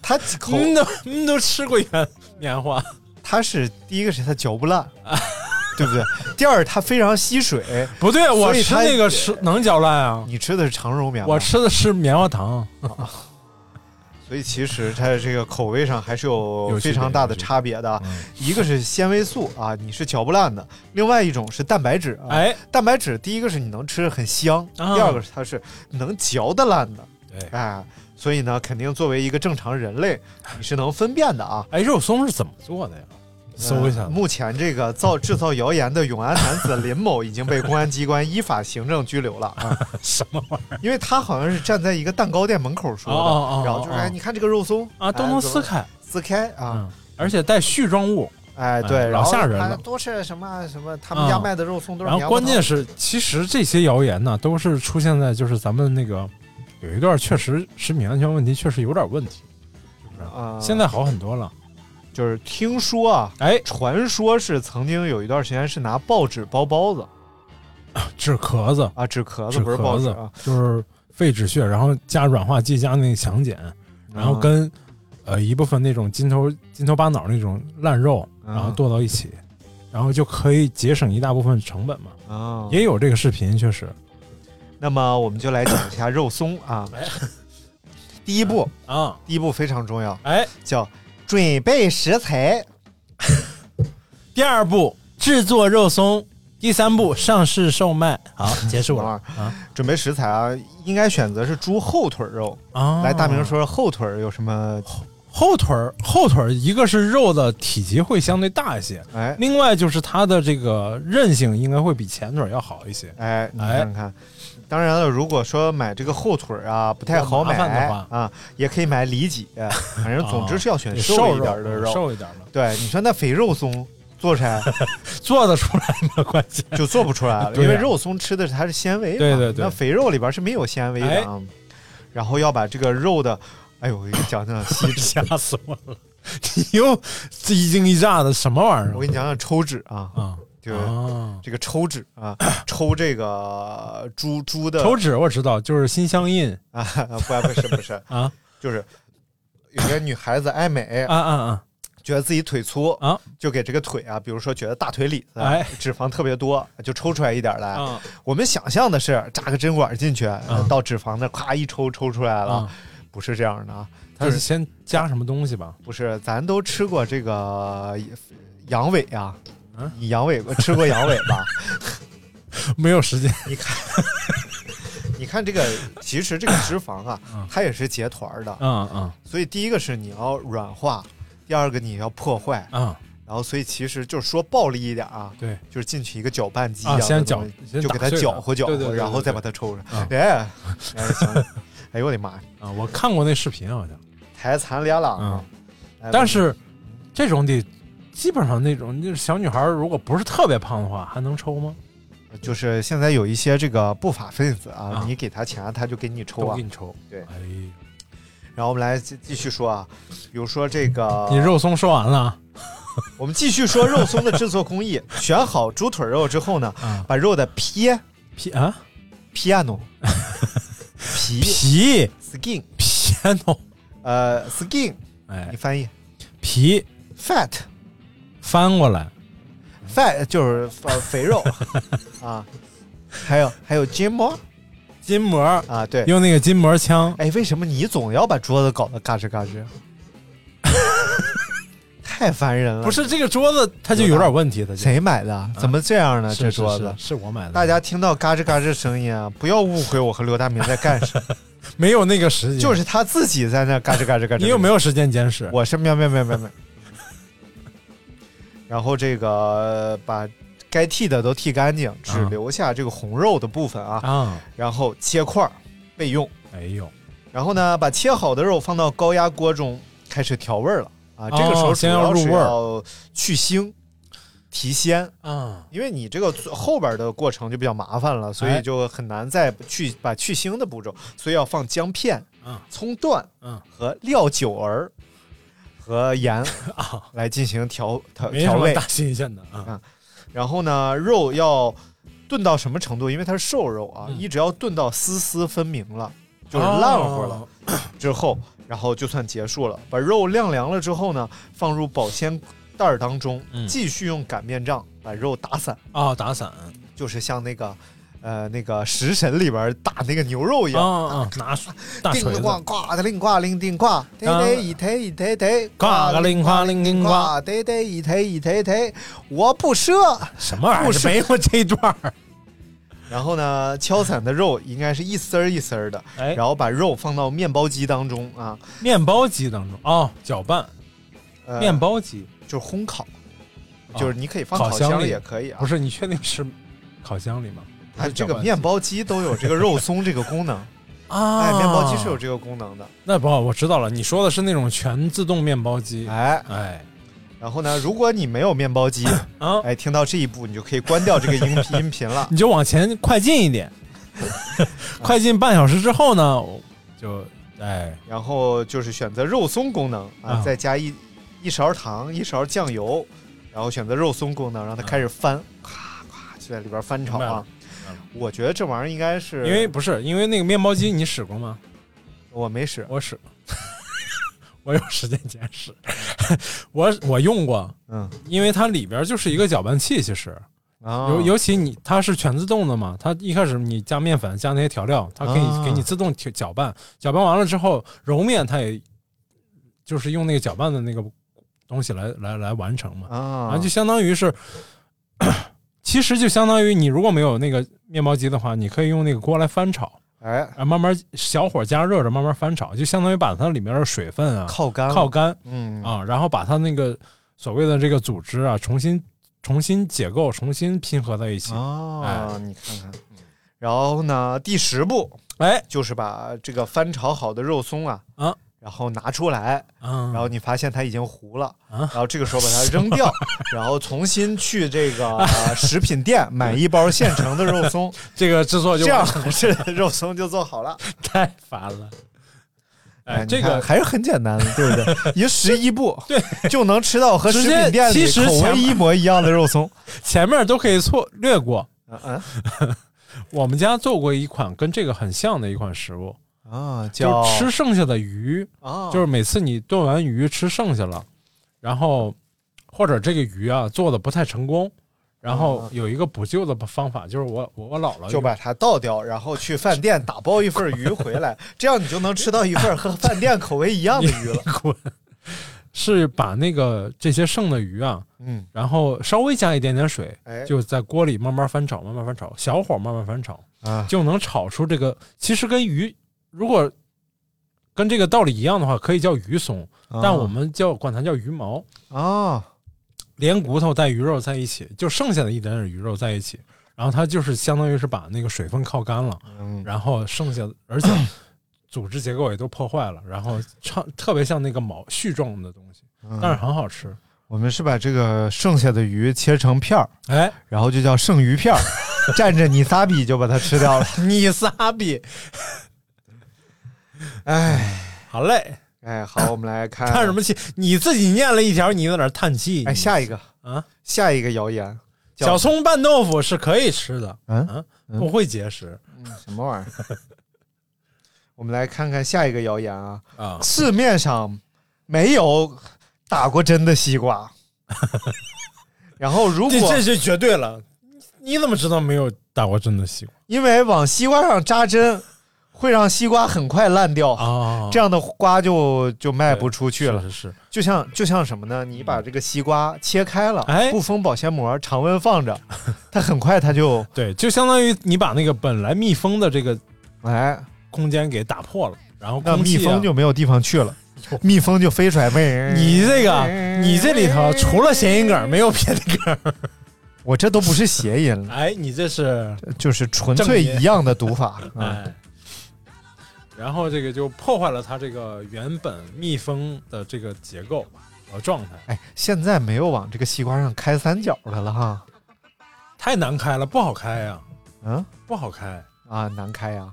Speaker 1: 它口，
Speaker 2: 你都你都吃过原棉花，
Speaker 1: 它是第一个是它嚼不烂， 对不对？第二，它非常吸水。
Speaker 2: 不对，我
Speaker 1: 所以
Speaker 2: 吃
Speaker 1: 它
Speaker 2: 那个是能啊嚼烂啊，
Speaker 1: 你吃的是长绒棉花，
Speaker 2: 我吃的是棉花糖。
Speaker 1: 所以其实它这个口味上还是有
Speaker 2: 有区
Speaker 1: 非
Speaker 2: 别
Speaker 1: 常大的
Speaker 2: 有区别
Speaker 1: 差别的。
Speaker 2: 嗯
Speaker 1: 一个是纤维素啊，你是嚼不烂的；另外一种是蛋白质啊，
Speaker 2: 哎，
Speaker 1: 蛋白质第一个是你能吃很香，
Speaker 2: 啊
Speaker 1: 第二个是它是能嚼得烂的，
Speaker 2: 对，
Speaker 1: 哎，所以呢，肯定作为一个正常人类，你是能分辨的啊。
Speaker 2: 哎，肉松是怎么做的呀？搜一下
Speaker 1: 呃，目前这个造制造谣言的永安男子林某已经被公安机关依法行政拘 留了啊，
Speaker 2: 什么玩意儿
Speaker 1: 因为他好像是站在一个蛋糕店门口说的，
Speaker 2: 哦哦哦
Speaker 1: 然后就说、
Speaker 2: 哦
Speaker 1: 哎，你看这个肉松
Speaker 2: 啊？都能撕
Speaker 1: 开
Speaker 2: 开，
Speaker 1: 撕开啊，
Speaker 2: 嗯，而且带絮状物，
Speaker 1: 哎，对，然
Speaker 2: 老
Speaker 1: 后
Speaker 2: 吓人
Speaker 1: 他
Speaker 2: 了。
Speaker 1: 多吃什么什么，他们家
Speaker 2: 啊
Speaker 1: 卖的肉松都是
Speaker 2: 然
Speaker 1: 苗条
Speaker 2: 后关键是，其实这些谣言呢，都是出现在就是咱们那个有一段确实食品安全问题确实有点问题，
Speaker 1: 啊，
Speaker 2: 现在好很多了。
Speaker 1: 就是听说啊，
Speaker 2: 哎，
Speaker 1: 传说是曾经有一段时间是拿报纸包包子
Speaker 2: 治咳子，
Speaker 1: 啊，纸壳子
Speaker 2: 纸
Speaker 1: 不是报
Speaker 2: 壳
Speaker 1: 纸
Speaker 2: 子
Speaker 1: 啊，
Speaker 2: 就是肺止血，然后加软化剂加那个强碱，然后跟、呃一部分那种金头金头巴脑那种烂肉，
Speaker 1: 嗯
Speaker 2: 然后剁到一起，然后就可以节省一大部分成本嘛。
Speaker 1: 啊，
Speaker 2: 也有这个视频，确实
Speaker 1: 那么我们就来讲一下肉松啊。 第一步，
Speaker 2: 啊，
Speaker 1: 第一步非常重要，
Speaker 2: 哎，
Speaker 1: 叫准备食材。
Speaker 2: 第二步制作肉松，第三步上市售卖。好，结束
Speaker 1: 等会
Speaker 2: 了
Speaker 1: 儿准备食材啊，应该选择是猪后腿肉。
Speaker 2: 啊！
Speaker 1: 来，大明说说后腿有什么？
Speaker 2: 后腿儿，后腿儿一个是肉的体积会相对大一些，
Speaker 1: 哎
Speaker 2: 另外就是它的这个韧性应该会比前腿儿要好一些。
Speaker 1: 哎，你看看。当然了，如果说买这个后腿啊不太好买
Speaker 2: 比较麻烦的话啊
Speaker 1: 啊，也可以买里脊，反正总之是要选
Speaker 2: 得
Speaker 1: 瘦
Speaker 2: 啊瘦
Speaker 1: 一点的
Speaker 2: 肉，嗯
Speaker 1: 肉。
Speaker 2: 瘦一点的，
Speaker 1: 对，你说那肥肉松做出来
Speaker 2: 做得出来吗？关键
Speaker 1: 就做不出来 了，
Speaker 2: 对
Speaker 1: 因
Speaker 2: 啊
Speaker 1: 为肉松吃的它是纤维嘛，
Speaker 2: 对对对哎
Speaker 1: 那肥肉里边是没有纤维的啊。然后要把这个肉的，哎呦，我给你讲讲吸脂，
Speaker 2: 吓死我了！你又这一惊一乍的，什么玩意
Speaker 1: 我
Speaker 2: 儿
Speaker 1: 给你讲讲抽脂啊，
Speaker 2: 啊？
Speaker 1: 就
Speaker 2: 啊，
Speaker 1: 这个抽脂啊，抽这个猪猪的
Speaker 2: 抽脂我知道，就是心相印
Speaker 1: 啊，不不是不是
Speaker 2: 啊，
Speaker 1: 就是有些女孩子爱美，
Speaker 2: 啊啊啊！
Speaker 1: 觉得自己腿粗
Speaker 2: 啊，
Speaker 1: 就给这个腿啊，比如说觉得大腿里子
Speaker 2: 哎
Speaker 1: 脂肪特别多，就抽出来一点来。
Speaker 2: 啊
Speaker 1: 我们想象的是扎个针管进去，到脂肪那儿咵一抽抽出来了
Speaker 2: 啊，，
Speaker 1: 不是这样的啊，
Speaker 2: 他
Speaker 1: 就是是
Speaker 2: 先加什么东西吧？
Speaker 1: 不是，咱都吃过这个羊尾啊
Speaker 2: 嗯。
Speaker 1: 你羊尾巴吃过羊尾巴？
Speaker 2: 没有时间
Speaker 1: 你看这个，其实这个脂肪啊，
Speaker 2: 嗯
Speaker 1: 它也是结团儿的，
Speaker 2: 啊 啊
Speaker 1: 所以第一个是你要软化，第二个你要破坏，
Speaker 2: 啊！
Speaker 1: 然后所以其实就是说暴力一点啊，
Speaker 2: 对，
Speaker 1: 就是进去一个搅拌机一
Speaker 2: 啊
Speaker 1: 样的
Speaker 2: 先
Speaker 1: 东西
Speaker 2: 搅先
Speaker 1: 就
Speaker 2: 打
Speaker 1: 给它
Speaker 2: 碎它
Speaker 1: 搅和搅
Speaker 2: 对对
Speaker 1: 和，
Speaker 2: 对
Speaker 1: 然后
Speaker 2: 对
Speaker 1: 再
Speaker 2: 对
Speaker 1: 把它抽出
Speaker 2: 啊
Speaker 1: 来。哎，哎，行了，哎呦我的妈呀，
Speaker 2: 啊，我看过那视频好像，
Speaker 1: 太惨烈了啊！哎
Speaker 2: 嗯但是这种得基本上那种就是小女孩，如果不是特别胖的话，还能抽吗？
Speaker 1: 就是现在有一些这个不法分子啊
Speaker 2: 啊，
Speaker 1: 你给他钱，他就给你抽
Speaker 2: 都
Speaker 1: 啊
Speaker 2: 给。你抽。
Speaker 1: 对
Speaker 2: 哎呦，
Speaker 1: 然后我们来继继续说啊，比如说这个，
Speaker 2: 你肉松说完了啊
Speaker 1: 我们继续说肉松的制作工艺。选好猪腿肉之后呢，
Speaker 2: 啊？
Speaker 1: 把肉的皮
Speaker 2: 皮啊
Speaker 1: piano 皮
Speaker 2: 皮
Speaker 1: skin
Speaker 2: 皮 诺，
Speaker 1: 呃 skin，
Speaker 2: 哎
Speaker 1: 你，翻译
Speaker 2: 皮
Speaker 1: fat
Speaker 2: 翻过来
Speaker 1: fat 就是呃肥 肉啊，还有还有筋膜
Speaker 2: 筋膜，
Speaker 1: 啊，对。
Speaker 2: 用那个筋膜枪
Speaker 1: 哎，为什么你总要把桌子搞得嘎吱嘎 吱？太烦人了！
Speaker 2: 不是这个桌子，它就有点问题，它就
Speaker 1: 谁买的，怎么这样呢？
Speaker 2: 是
Speaker 1: 这
Speaker 2: 是
Speaker 1: 桌子
Speaker 2: 是，是我买的，
Speaker 1: 大家听到嘎吱嘎吱声音啊，不要误会我和刘大明在干 什么，
Speaker 2: 没有那个时间，
Speaker 1: 就是他自己在那嘎吱嘎吱嘎吱。
Speaker 2: 你有没有时间监视？
Speaker 1: 我是喵喵喵喵喵。然后这个把该剃的都剃干净，只
Speaker 2: 啊
Speaker 1: 留下这个红肉的部分啊，
Speaker 2: 啊，
Speaker 1: 然后切块儿备用。
Speaker 2: 哎呦，
Speaker 1: 然后呢，把切好的肉放到高压锅中开始调味儿了啊。这个时候
Speaker 2: 哦
Speaker 1: 主
Speaker 2: 先要
Speaker 1: 要
Speaker 2: 入
Speaker 1: 是
Speaker 2: 味儿
Speaker 1: 要去腥、提鲜，
Speaker 2: 啊，
Speaker 1: 因为你这个最后边的过程就比较麻烦了，所以
Speaker 2: 哎
Speaker 1: 就很难再去把去腥的步骤，所以要放姜片、
Speaker 2: 嗯
Speaker 1: 葱段
Speaker 2: 嗯
Speaker 1: 和料酒儿和盐
Speaker 2: 啊，
Speaker 1: 来进行调调
Speaker 2: 没什
Speaker 1: 调
Speaker 2: 么
Speaker 1: 味
Speaker 2: 大。新鲜的啊，
Speaker 1: 然后呢，肉要炖到什么程度？因为它是瘦肉啊，
Speaker 2: 嗯
Speaker 1: 一直要炖到丝丝分明了，就是烂乎了。
Speaker 2: 哦，
Speaker 1: 之后，然后就算结束了。把肉晾凉了之后呢，放入保鲜袋儿当中，
Speaker 2: 嗯
Speaker 1: 继续用擀面杖把肉打散，
Speaker 2: 哦，打散
Speaker 1: 就是像那个，呃，那个食神里边打那个牛肉一
Speaker 2: 啊
Speaker 1: 样。
Speaker 2: 啊，拿大
Speaker 1: 叮
Speaker 2: 锤
Speaker 1: 铃
Speaker 2: 子，啊
Speaker 1: 咣，呱的铃呱铃叮呱，嘚嘚一嘚一嘚嘚，
Speaker 2: 呱个铃呱铃叮呱，
Speaker 1: 嘚嘚一嘚一嘚嘚，我不射。
Speaker 2: 什么玩意
Speaker 1: 不是
Speaker 2: 儿？没有这段 儿，
Speaker 1: 然后呢，敲散的肉应该是一丝儿一丝儿的，
Speaker 2: 哎，
Speaker 1: 然后把肉放到面包机当中啊，
Speaker 2: 面包机当中哦，搅拌
Speaker 1: 呃
Speaker 2: 面包机，
Speaker 1: 就是烘烤，
Speaker 2: 啊
Speaker 1: 就是你可以放
Speaker 2: 烤箱
Speaker 1: 箱里
Speaker 2: 里
Speaker 1: 也可以啊。
Speaker 2: 不是你确定是烤箱里吗？不
Speaker 1: 哎，
Speaker 2: 是
Speaker 1: 这
Speaker 2: 搅
Speaker 1: 个
Speaker 2: 拌机
Speaker 1: 面包机都有这个肉松这个功 能，
Speaker 2: 啊，
Speaker 1: 哎，面包机是有这个功能的，
Speaker 2: 那不，我知道了，你说的是那种全自动面包机。
Speaker 1: 哎，
Speaker 2: 哎，
Speaker 1: 然后呢，如果你没有面包 机，
Speaker 2: 啊
Speaker 1: 哎，听到这一步你就可以关掉这个音 频音频了。
Speaker 2: 你就往前快进 一点，快进半小时之后呢，就哎
Speaker 1: 然后就是选择肉松功能啊，
Speaker 2: 啊
Speaker 1: 再加一一勺糖，一勺酱油，然后选择肉松功能，让它开始翻，咵咵就在里边翻炒
Speaker 2: 啊明白
Speaker 1: 啊
Speaker 2: 了明白了。
Speaker 1: 我觉得这玩意儿应该是，
Speaker 2: 因为不是因为那个面包机你使过吗？
Speaker 1: 我没使，
Speaker 2: 我使， 我有时间简史， 我我用过，
Speaker 1: 嗯，
Speaker 2: 因为它里边就是一个搅拌器，其实
Speaker 1: 啊，
Speaker 2: 尤尤其你它是全自动的嘛，它一开始你加面粉加那些调料，它可以
Speaker 1: 啊
Speaker 2: 给你自动调搅拌，搅拌完了之后揉面，它也就是用那个搅拌的那个东西来来来完成嘛，
Speaker 1: 啊
Speaker 2: 啊，就相当于是，其实就相当于你如果没有那个面包机的话，你可以用那个锅来翻炒，
Speaker 1: 哎
Speaker 2: 啊，慢慢小火加热着，慢慢翻炒，就相当于把它里面的水分啊
Speaker 1: 靠干了
Speaker 2: 靠干
Speaker 1: 嗯
Speaker 2: 啊，然后把它那个所谓的这个组织啊重新重新解构、重新拼合在一起。
Speaker 1: 啊，你看看，然后呢，第十步
Speaker 2: 哎，
Speaker 1: 就是把这个翻炒好的肉松啊
Speaker 2: 啊
Speaker 1: 然后拿出来，
Speaker 2: 嗯，
Speaker 1: 然后你发现它已经糊了，
Speaker 2: 啊
Speaker 1: 然后这个时候把它扔 掉，然后重新去这个呃食品店买一包现成的肉松，
Speaker 2: 这个制作就
Speaker 1: 这样这肉松就做好了。
Speaker 2: 太烦了。哎，
Speaker 1: 你
Speaker 2: 这
Speaker 1: 看
Speaker 2: 个
Speaker 1: 还是很简单的，对不对？一十一步，对，就能吃到和
Speaker 2: 直
Speaker 1: 食
Speaker 2: 接
Speaker 1: 品店
Speaker 2: 其
Speaker 1: 里
Speaker 2: 实
Speaker 1: 口味
Speaker 2: 前
Speaker 1: 一模一样的肉 松。
Speaker 2: 前面都可以错略过。
Speaker 1: 嗯
Speaker 2: 我们家做过一款跟这个很像的一款食物，
Speaker 1: 嗯啊，
Speaker 2: 就
Speaker 1: 叫
Speaker 2: 是吃剩下的鱼，
Speaker 1: 啊，
Speaker 2: 就是每次你炖完鱼吃剩下了，然后或者这个鱼啊做的不太成功，然后有一个补救的方法，就是我我我姥姥
Speaker 1: 哦就把它倒掉，然后去饭店打包一份鱼回来，这样你就能吃到一份和饭店口味一样的鱼 了。
Speaker 2: 滚，是把那个这些剩的鱼啊，
Speaker 1: 嗯，
Speaker 2: 然后稍微加一点点水
Speaker 1: 哎，
Speaker 2: 就在锅里慢慢翻炒，慢慢翻炒，小火慢慢翻炒，
Speaker 1: 啊，
Speaker 2: 就能炒出这个。其实跟鱼如果跟这个道理一样的话，可以叫鱼松，但我们叫管它叫鱼毛。
Speaker 1: 啊，
Speaker 2: 连骨头带鱼肉在一起，就剩下的一点点鱼肉在一起，然后它就是相当于是把那个水分靠干了，
Speaker 1: 嗯
Speaker 2: 然后剩下的， 而且组织结构也都破坏了，然后唱特别像那个毛絮状的东西，
Speaker 1: 嗯
Speaker 2: 但是很好吃。
Speaker 1: 我们是把这个剩下的鱼切成片儿，
Speaker 2: 哎，
Speaker 1: 然后就叫剩鱼 片儿，蘸着你撒比就把它吃掉了。
Speaker 2: 你 仨比
Speaker 1: 哎
Speaker 2: 好嘞，
Speaker 1: 哎，好，我们来看
Speaker 2: 叹什？么气？你自己念了一条，你在那儿叹气。
Speaker 1: 哎，下一个
Speaker 2: 啊，
Speaker 1: 下一个谣言，叫
Speaker 2: 小葱拌豆腐是可以吃的，
Speaker 1: 嗯
Speaker 2: 啊，不会结石
Speaker 1: 什么玩意儿？ 我们来看看下一个谣言啊，
Speaker 2: 啊。
Speaker 1: 市面上没有打过针的西瓜。 然后，如果
Speaker 2: 这这是绝对了，你怎么知道没有打过针的西瓜
Speaker 1: 因为往西瓜上扎针，会让西瓜很快烂掉，
Speaker 2: 啊
Speaker 1: 这样的瓜就就卖不出去了。
Speaker 2: 是是是。
Speaker 1: 就像就像什么呢？你把这个西瓜切开了，
Speaker 2: 哎
Speaker 1: 不封保鲜膜，常温放着， 它很快它就
Speaker 2: 对，就相当于你把那个本来密封的这个
Speaker 1: 哎，
Speaker 2: 空间给打破了，然后
Speaker 1: 那
Speaker 2: 空
Speaker 1: 蜜
Speaker 2: 气啊、
Speaker 1: 蜂就没有地方去了，蜜蜂就飞出来。喂，
Speaker 2: 你这个你这里头除了谐音梗没有别的 梗儿，
Speaker 1: 我这都不是谐音 了，
Speaker 2: 哎，你这是
Speaker 1: 就是纯粹一样的读法。嗯，
Speaker 2: 哎，然后这个就破坏了它这个原本密封的这个结构和状态，
Speaker 1: 哎，现在没有往这个西瓜上开三角的了哈。
Speaker 2: 太难开了，不好开呀、
Speaker 1: 嗯
Speaker 2: 不好开，
Speaker 1: 啊，难开呀、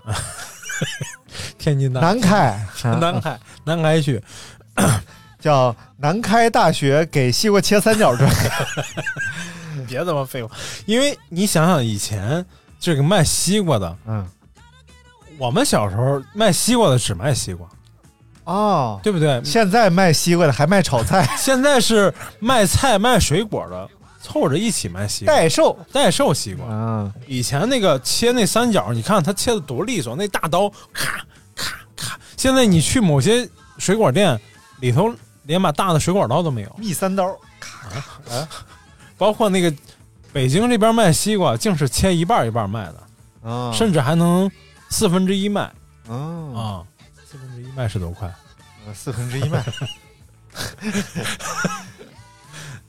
Speaker 2: 天津南
Speaker 1: 难开，啊
Speaker 2: 南开 南开区，
Speaker 1: 叫南开大学给西瓜切三角 锥。
Speaker 2: 别他妈废话，因为你想想以前这个卖西瓜的，
Speaker 1: 嗯，
Speaker 2: 我们小时候卖西瓜的只卖西瓜，
Speaker 1: 哦，
Speaker 2: 对不对？
Speaker 1: 现在卖西瓜的还卖炒菜，
Speaker 2: 现在是卖菜卖水果的凑着一起卖西瓜，
Speaker 1: 代售。
Speaker 2: 代售西瓜。
Speaker 1: 嗯，
Speaker 2: 以前那个切那三角，你看他切的多利索，那大刀咔咔咔。现在你去某些水果店里头，连把大的水果刀都没有，
Speaker 1: 蜜三刀，
Speaker 2: 包括那个北京这边卖西瓜，竟是切一半一半卖的，
Speaker 1: 啊
Speaker 2: 甚至还能四分之一卖
Speaker 1: 啊，呃
Speaker 2: 啊。四分之一卖是多快
Speaker 1: 四分之一卖，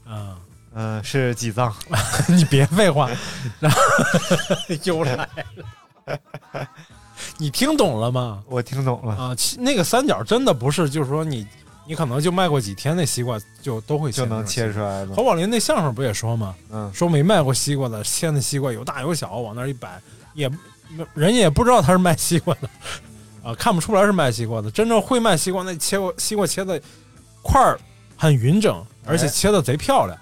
Speaker 2: 啊！
Speaker 1: 嗯，是几脏？
Speaker 2: 你别废话， 然后又来了，你听懂了吗？
Speaker 1: 我听懂了，
Speaker 2: 啊啊，其那个三角真的不是，就是说你你可能就卖过几天，那西瓜就都会
Speaker 1: 就能切出
Speaker 2: 来。
Speaker 1: 来的
Speaker 2: 侯。宝林那相声不也说吗？
Speaker 1: 嗯，
Speaker 2: 说没卖过西瓜的，切那西瓜有大有小，往那儿一摆，也人家也不知道他是卖西瓜的， 啊，看不出来是卖西瓜的。真正会卖西瓜，那切过西瓜切的块儿很匀整，而且切的贼漂亮，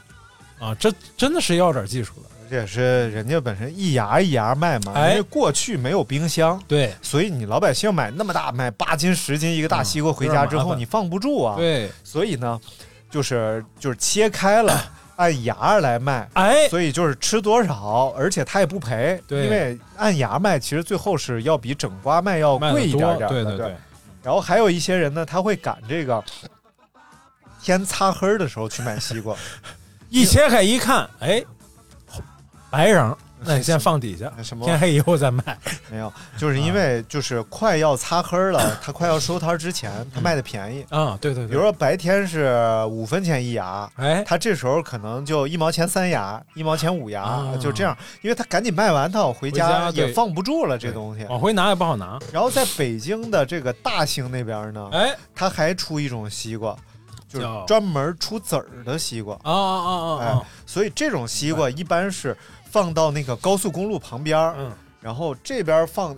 Speaker 2: 啊，这真的是要点技术的。
Speaker 1: 这也是人家本身一芽一芽卖嘛，
Speaker 2: 哎
Speaker 1: 因为过去没有冰箱，
Speaker 2: 对
Speaker 1: 所以你老百姓买那么大，买八斤十斤一个大西瓜回家之
Speaker 2: 嗯有点麻
Speaker 1: 后，
Speaker 2: 烦
Speaker 1: 你放不住啊。，
Speaker 2: 对，
Speaker 1: 所以呢，就是就是切开 了按芽来卖，
Speaker 2: 哎，
Speaker 1: 所以就是吃多少，而且它也不赔，
Speaker 2: 对
Speaker 1: 因为按芽卖其实最后是要比整瓜卖要
Speaker 2: 卖得
Speaker 1: 贵一
Speaker 2: 多
Speaker 1: 点点的，
Speaker 2: 对
Speaker 1: 对
Speaker 2: 对。
Speaker 1: 然后还有一些人呢，他会赶这个天擦黑儿的时候去买西瓜，
Speaker 2: 一切开一看，哎，白瓤，那你先放底下，
Speaker 1: 什么
Speaker 2: 天黑以后再卖。
Speaker 1: 没有，就是因为就是快要擦黑儿 了，他快要收摊儿之前，他卖的便宜。
Speaker 2: 啊，对对
Speaker 1: 比如
Speaker 2: 对，
Speaker 1: 说白天是五分钱一芽，
Speaker 2: 哎，
Speaker 1: 他这时候可能就一毛钱三芽，一毛钱五芽，
Speaker 2: 啊
Speaker 1: 就这样，因为他赶紧卖完，他好回
Speaker 2: 家
Speaker 1: 家
Speaker 2: 对
Speaker 1: 也放不住了这东西。
Speaker 2: 往回拿也不好拿。
Speaker 1: 然后在北京的这个大兴那边呢，
Speaker 2: 哎，
Speaker 1: 他还出一种西瓜，就是
Speaker 2: 叫
Speaker 1: 专门出籽儿的西瓜。
Speaker 2: 啊啊啊
Speaker 1: 哎
Speaker 2: 啊！，
Speaker 1: 所以这种西瓜一般是放到那个高速公路旁边儿，
Speaker 2: 嗯
Speaker 1: 然后这边放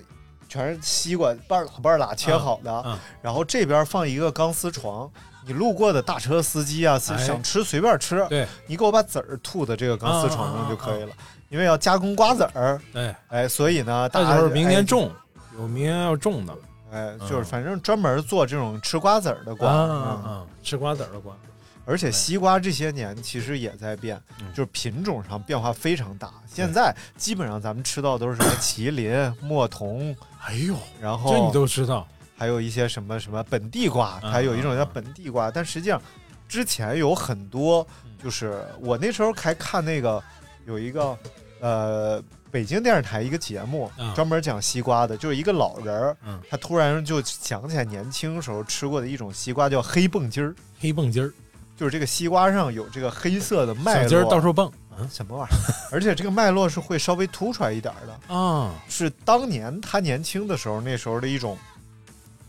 Speaker 1: 全是西瓜半拉半拉切好的，
Speaker 2: 嗯嗯
Speaker 1: 然后这边放一个钢丝床。你路过的大车司机啊，
Speaker 2: 哎
Speaker 1: 想吃随便吃，
Speaker 2: 对，嗯
Speaker 1: 你给我把籽儿吐到这个钢丝床上就可以了，因为要加工瓜子儿，
Speaker 2: 哎，
Speaker 1: 哎，所以呢，大
Speaker 2: 到
Speaker 1: 家
Speaker 2: 时候明年种，哎有明年要种的。
Speaker 1: 哎，哎，就是反正专门做这种吃瓜子儿的瓜，
Speaker 2: 嗯啊
Speaker 1: 嗯
Speaker 2: 啊，吃瓜子儿的瓜。
Speaker 1: 而且西瓜这些年其实也在变，
Speaker 2: 嗯
Speaker 1: 就是品种上变化非常大。现在基本上咱们吃到都是什么麒麟、墨桐，
Speaker 2: 哎呦，
Speaker 1: 然
Speaker 2: 这你
Speaker 1: 后
Speaker 2: 都知道
Speaker 1: 还有一些什么什么本地瓜，
Speaker 2: 嗯
Speaker 1: 还有一种叫
Speaker 2: 嗯嗯
Speaker 1: 本地瓜。但实际上，之前有很多，
Speaker 2: 嗯
Speaker 1: 就是我那时候还看那个有一个呃北京电视台一个节目
Speaker 2: 嗯，
Speaker 1: 专门讲西瓜的，就是一个老人儿
Speaker 2: 嗯，
Speaker 1: 他突然就想起来年轻时候吃过的一种西瓜，叫黑蹦筋儿。
Speaker 2: 黑蹦筋儿，
Speaker 1: 就是这个西瓜上有这个黑色的脉络，嗯
Speaker 2: 小筋儿到处蹦
Speaker 1: 什么玩 意儿？而且这个脉络是会稍微凸出来一点儿的，
Speaker 2: 啊！
Speaker 1: 是当年他年轻的时候那时候的一种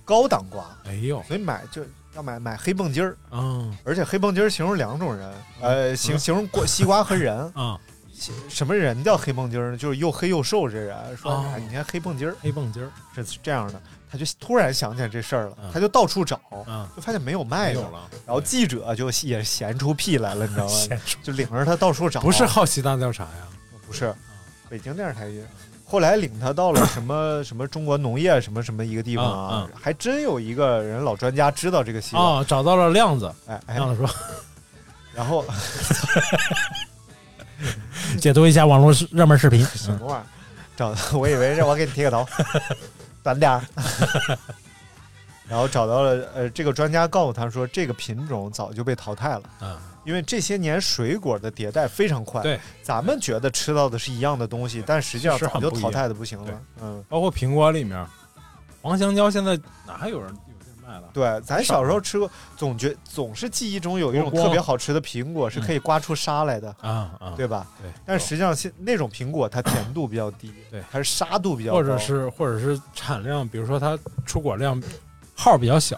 Speaker 1: 高档瓜，
Speaker 2: 哎呦
Speaker 1: 所以买就要买买黑蹦筋儿，
Speaker 2: 啊
Speaker 1: 而且黑蹦筋儿形容两种人，
Speaker 2: 嗯
Speaker 1: 呃，形形容过西瓜和人，
Speaker 2: 啊，
Speaker 1: 西什么人叫黑蹦筋儿呢？就是又黑又瘦这人，说、
Speaker 2: 哦
Speaker 1: 哎你看黑蹦筋儿
Speaker 2: 黑蹦筋儿
Speaker 1: 是这样的，他就突然想起来这事儿了，
Speaker 2: 嗯
Speaker 1: 他就到处找，
Speaker 2: 啊，
Speaker 1: 就发现没有卖
Speaker 2: 没
Speaker 1: 的
Speaker 2: 有，了。
Speaker 1: 然后记者就也闲出屁来了，你知道
Speaker 2: 闲
Speaker 1: 吗
Speaker 2: 出？
Speaker 1: 就领着他到处找，啊
Speaker 2: 不是好奇大调查呀？
Speaker 1: 不是，北京电视台也。后来领他到了什 么什么中国农业什么什么一个地方啊，
Speaker 2: 嗯
Speaker 1: 还真有一个人老专家知道这个西瓜，
Speaker 2: 啊，找到了亮子，
Speaker 1: 哎哎，
Speaker 2: 亮子说
Speaker 1: 然后
Speaker 2: 解读一下网络视热门 视频。
Speaker 1: 什么玩意儿，找我以为让我给你剃个头， 短点儿。然后找到了呃，这个专家告诉他说，这个品种早就被淘汰了，
Speaker 2: 嗯
Speaker 1: 因为这些年水果的迭代非常快，
Speaker 2: 对，
Speaker 1: 咱们觉得吃到的是一样的东西，但实际上
Speaker 2: 是
Speaker 1: 早
Speaker 2: 很
Speaker 1: 就
Speaker 2: 不一
Speaker 1: 淘
Speaker 2: 样
Speaker 1: 汰的不行
Speaker 2: 对
Speaker 1: 了，嗯。
Speaker 2: 包括苹果里面，黄香蕉现在哪还有人有人卖了？
Speaker 1: 对，咱小时候吃过，总觉总是记忆中有一种
Speaker 2: 锅光
Speaker 1: 特别好吃的苹果
Speaker 2: 嗯
Speaker 1: 是可以刮出沙来的，
Speaker 2: 啊啊，
Speaker 1: 对吧？
Speaker 2: 对，
Speaker 1: 但实际上现那种苹果它甜度比较低，
Speaker 2: 对
Speaker 1: 它是沙度比较高，
Speaker 2: 或者是或者是产量，比如说它出果量号比较小，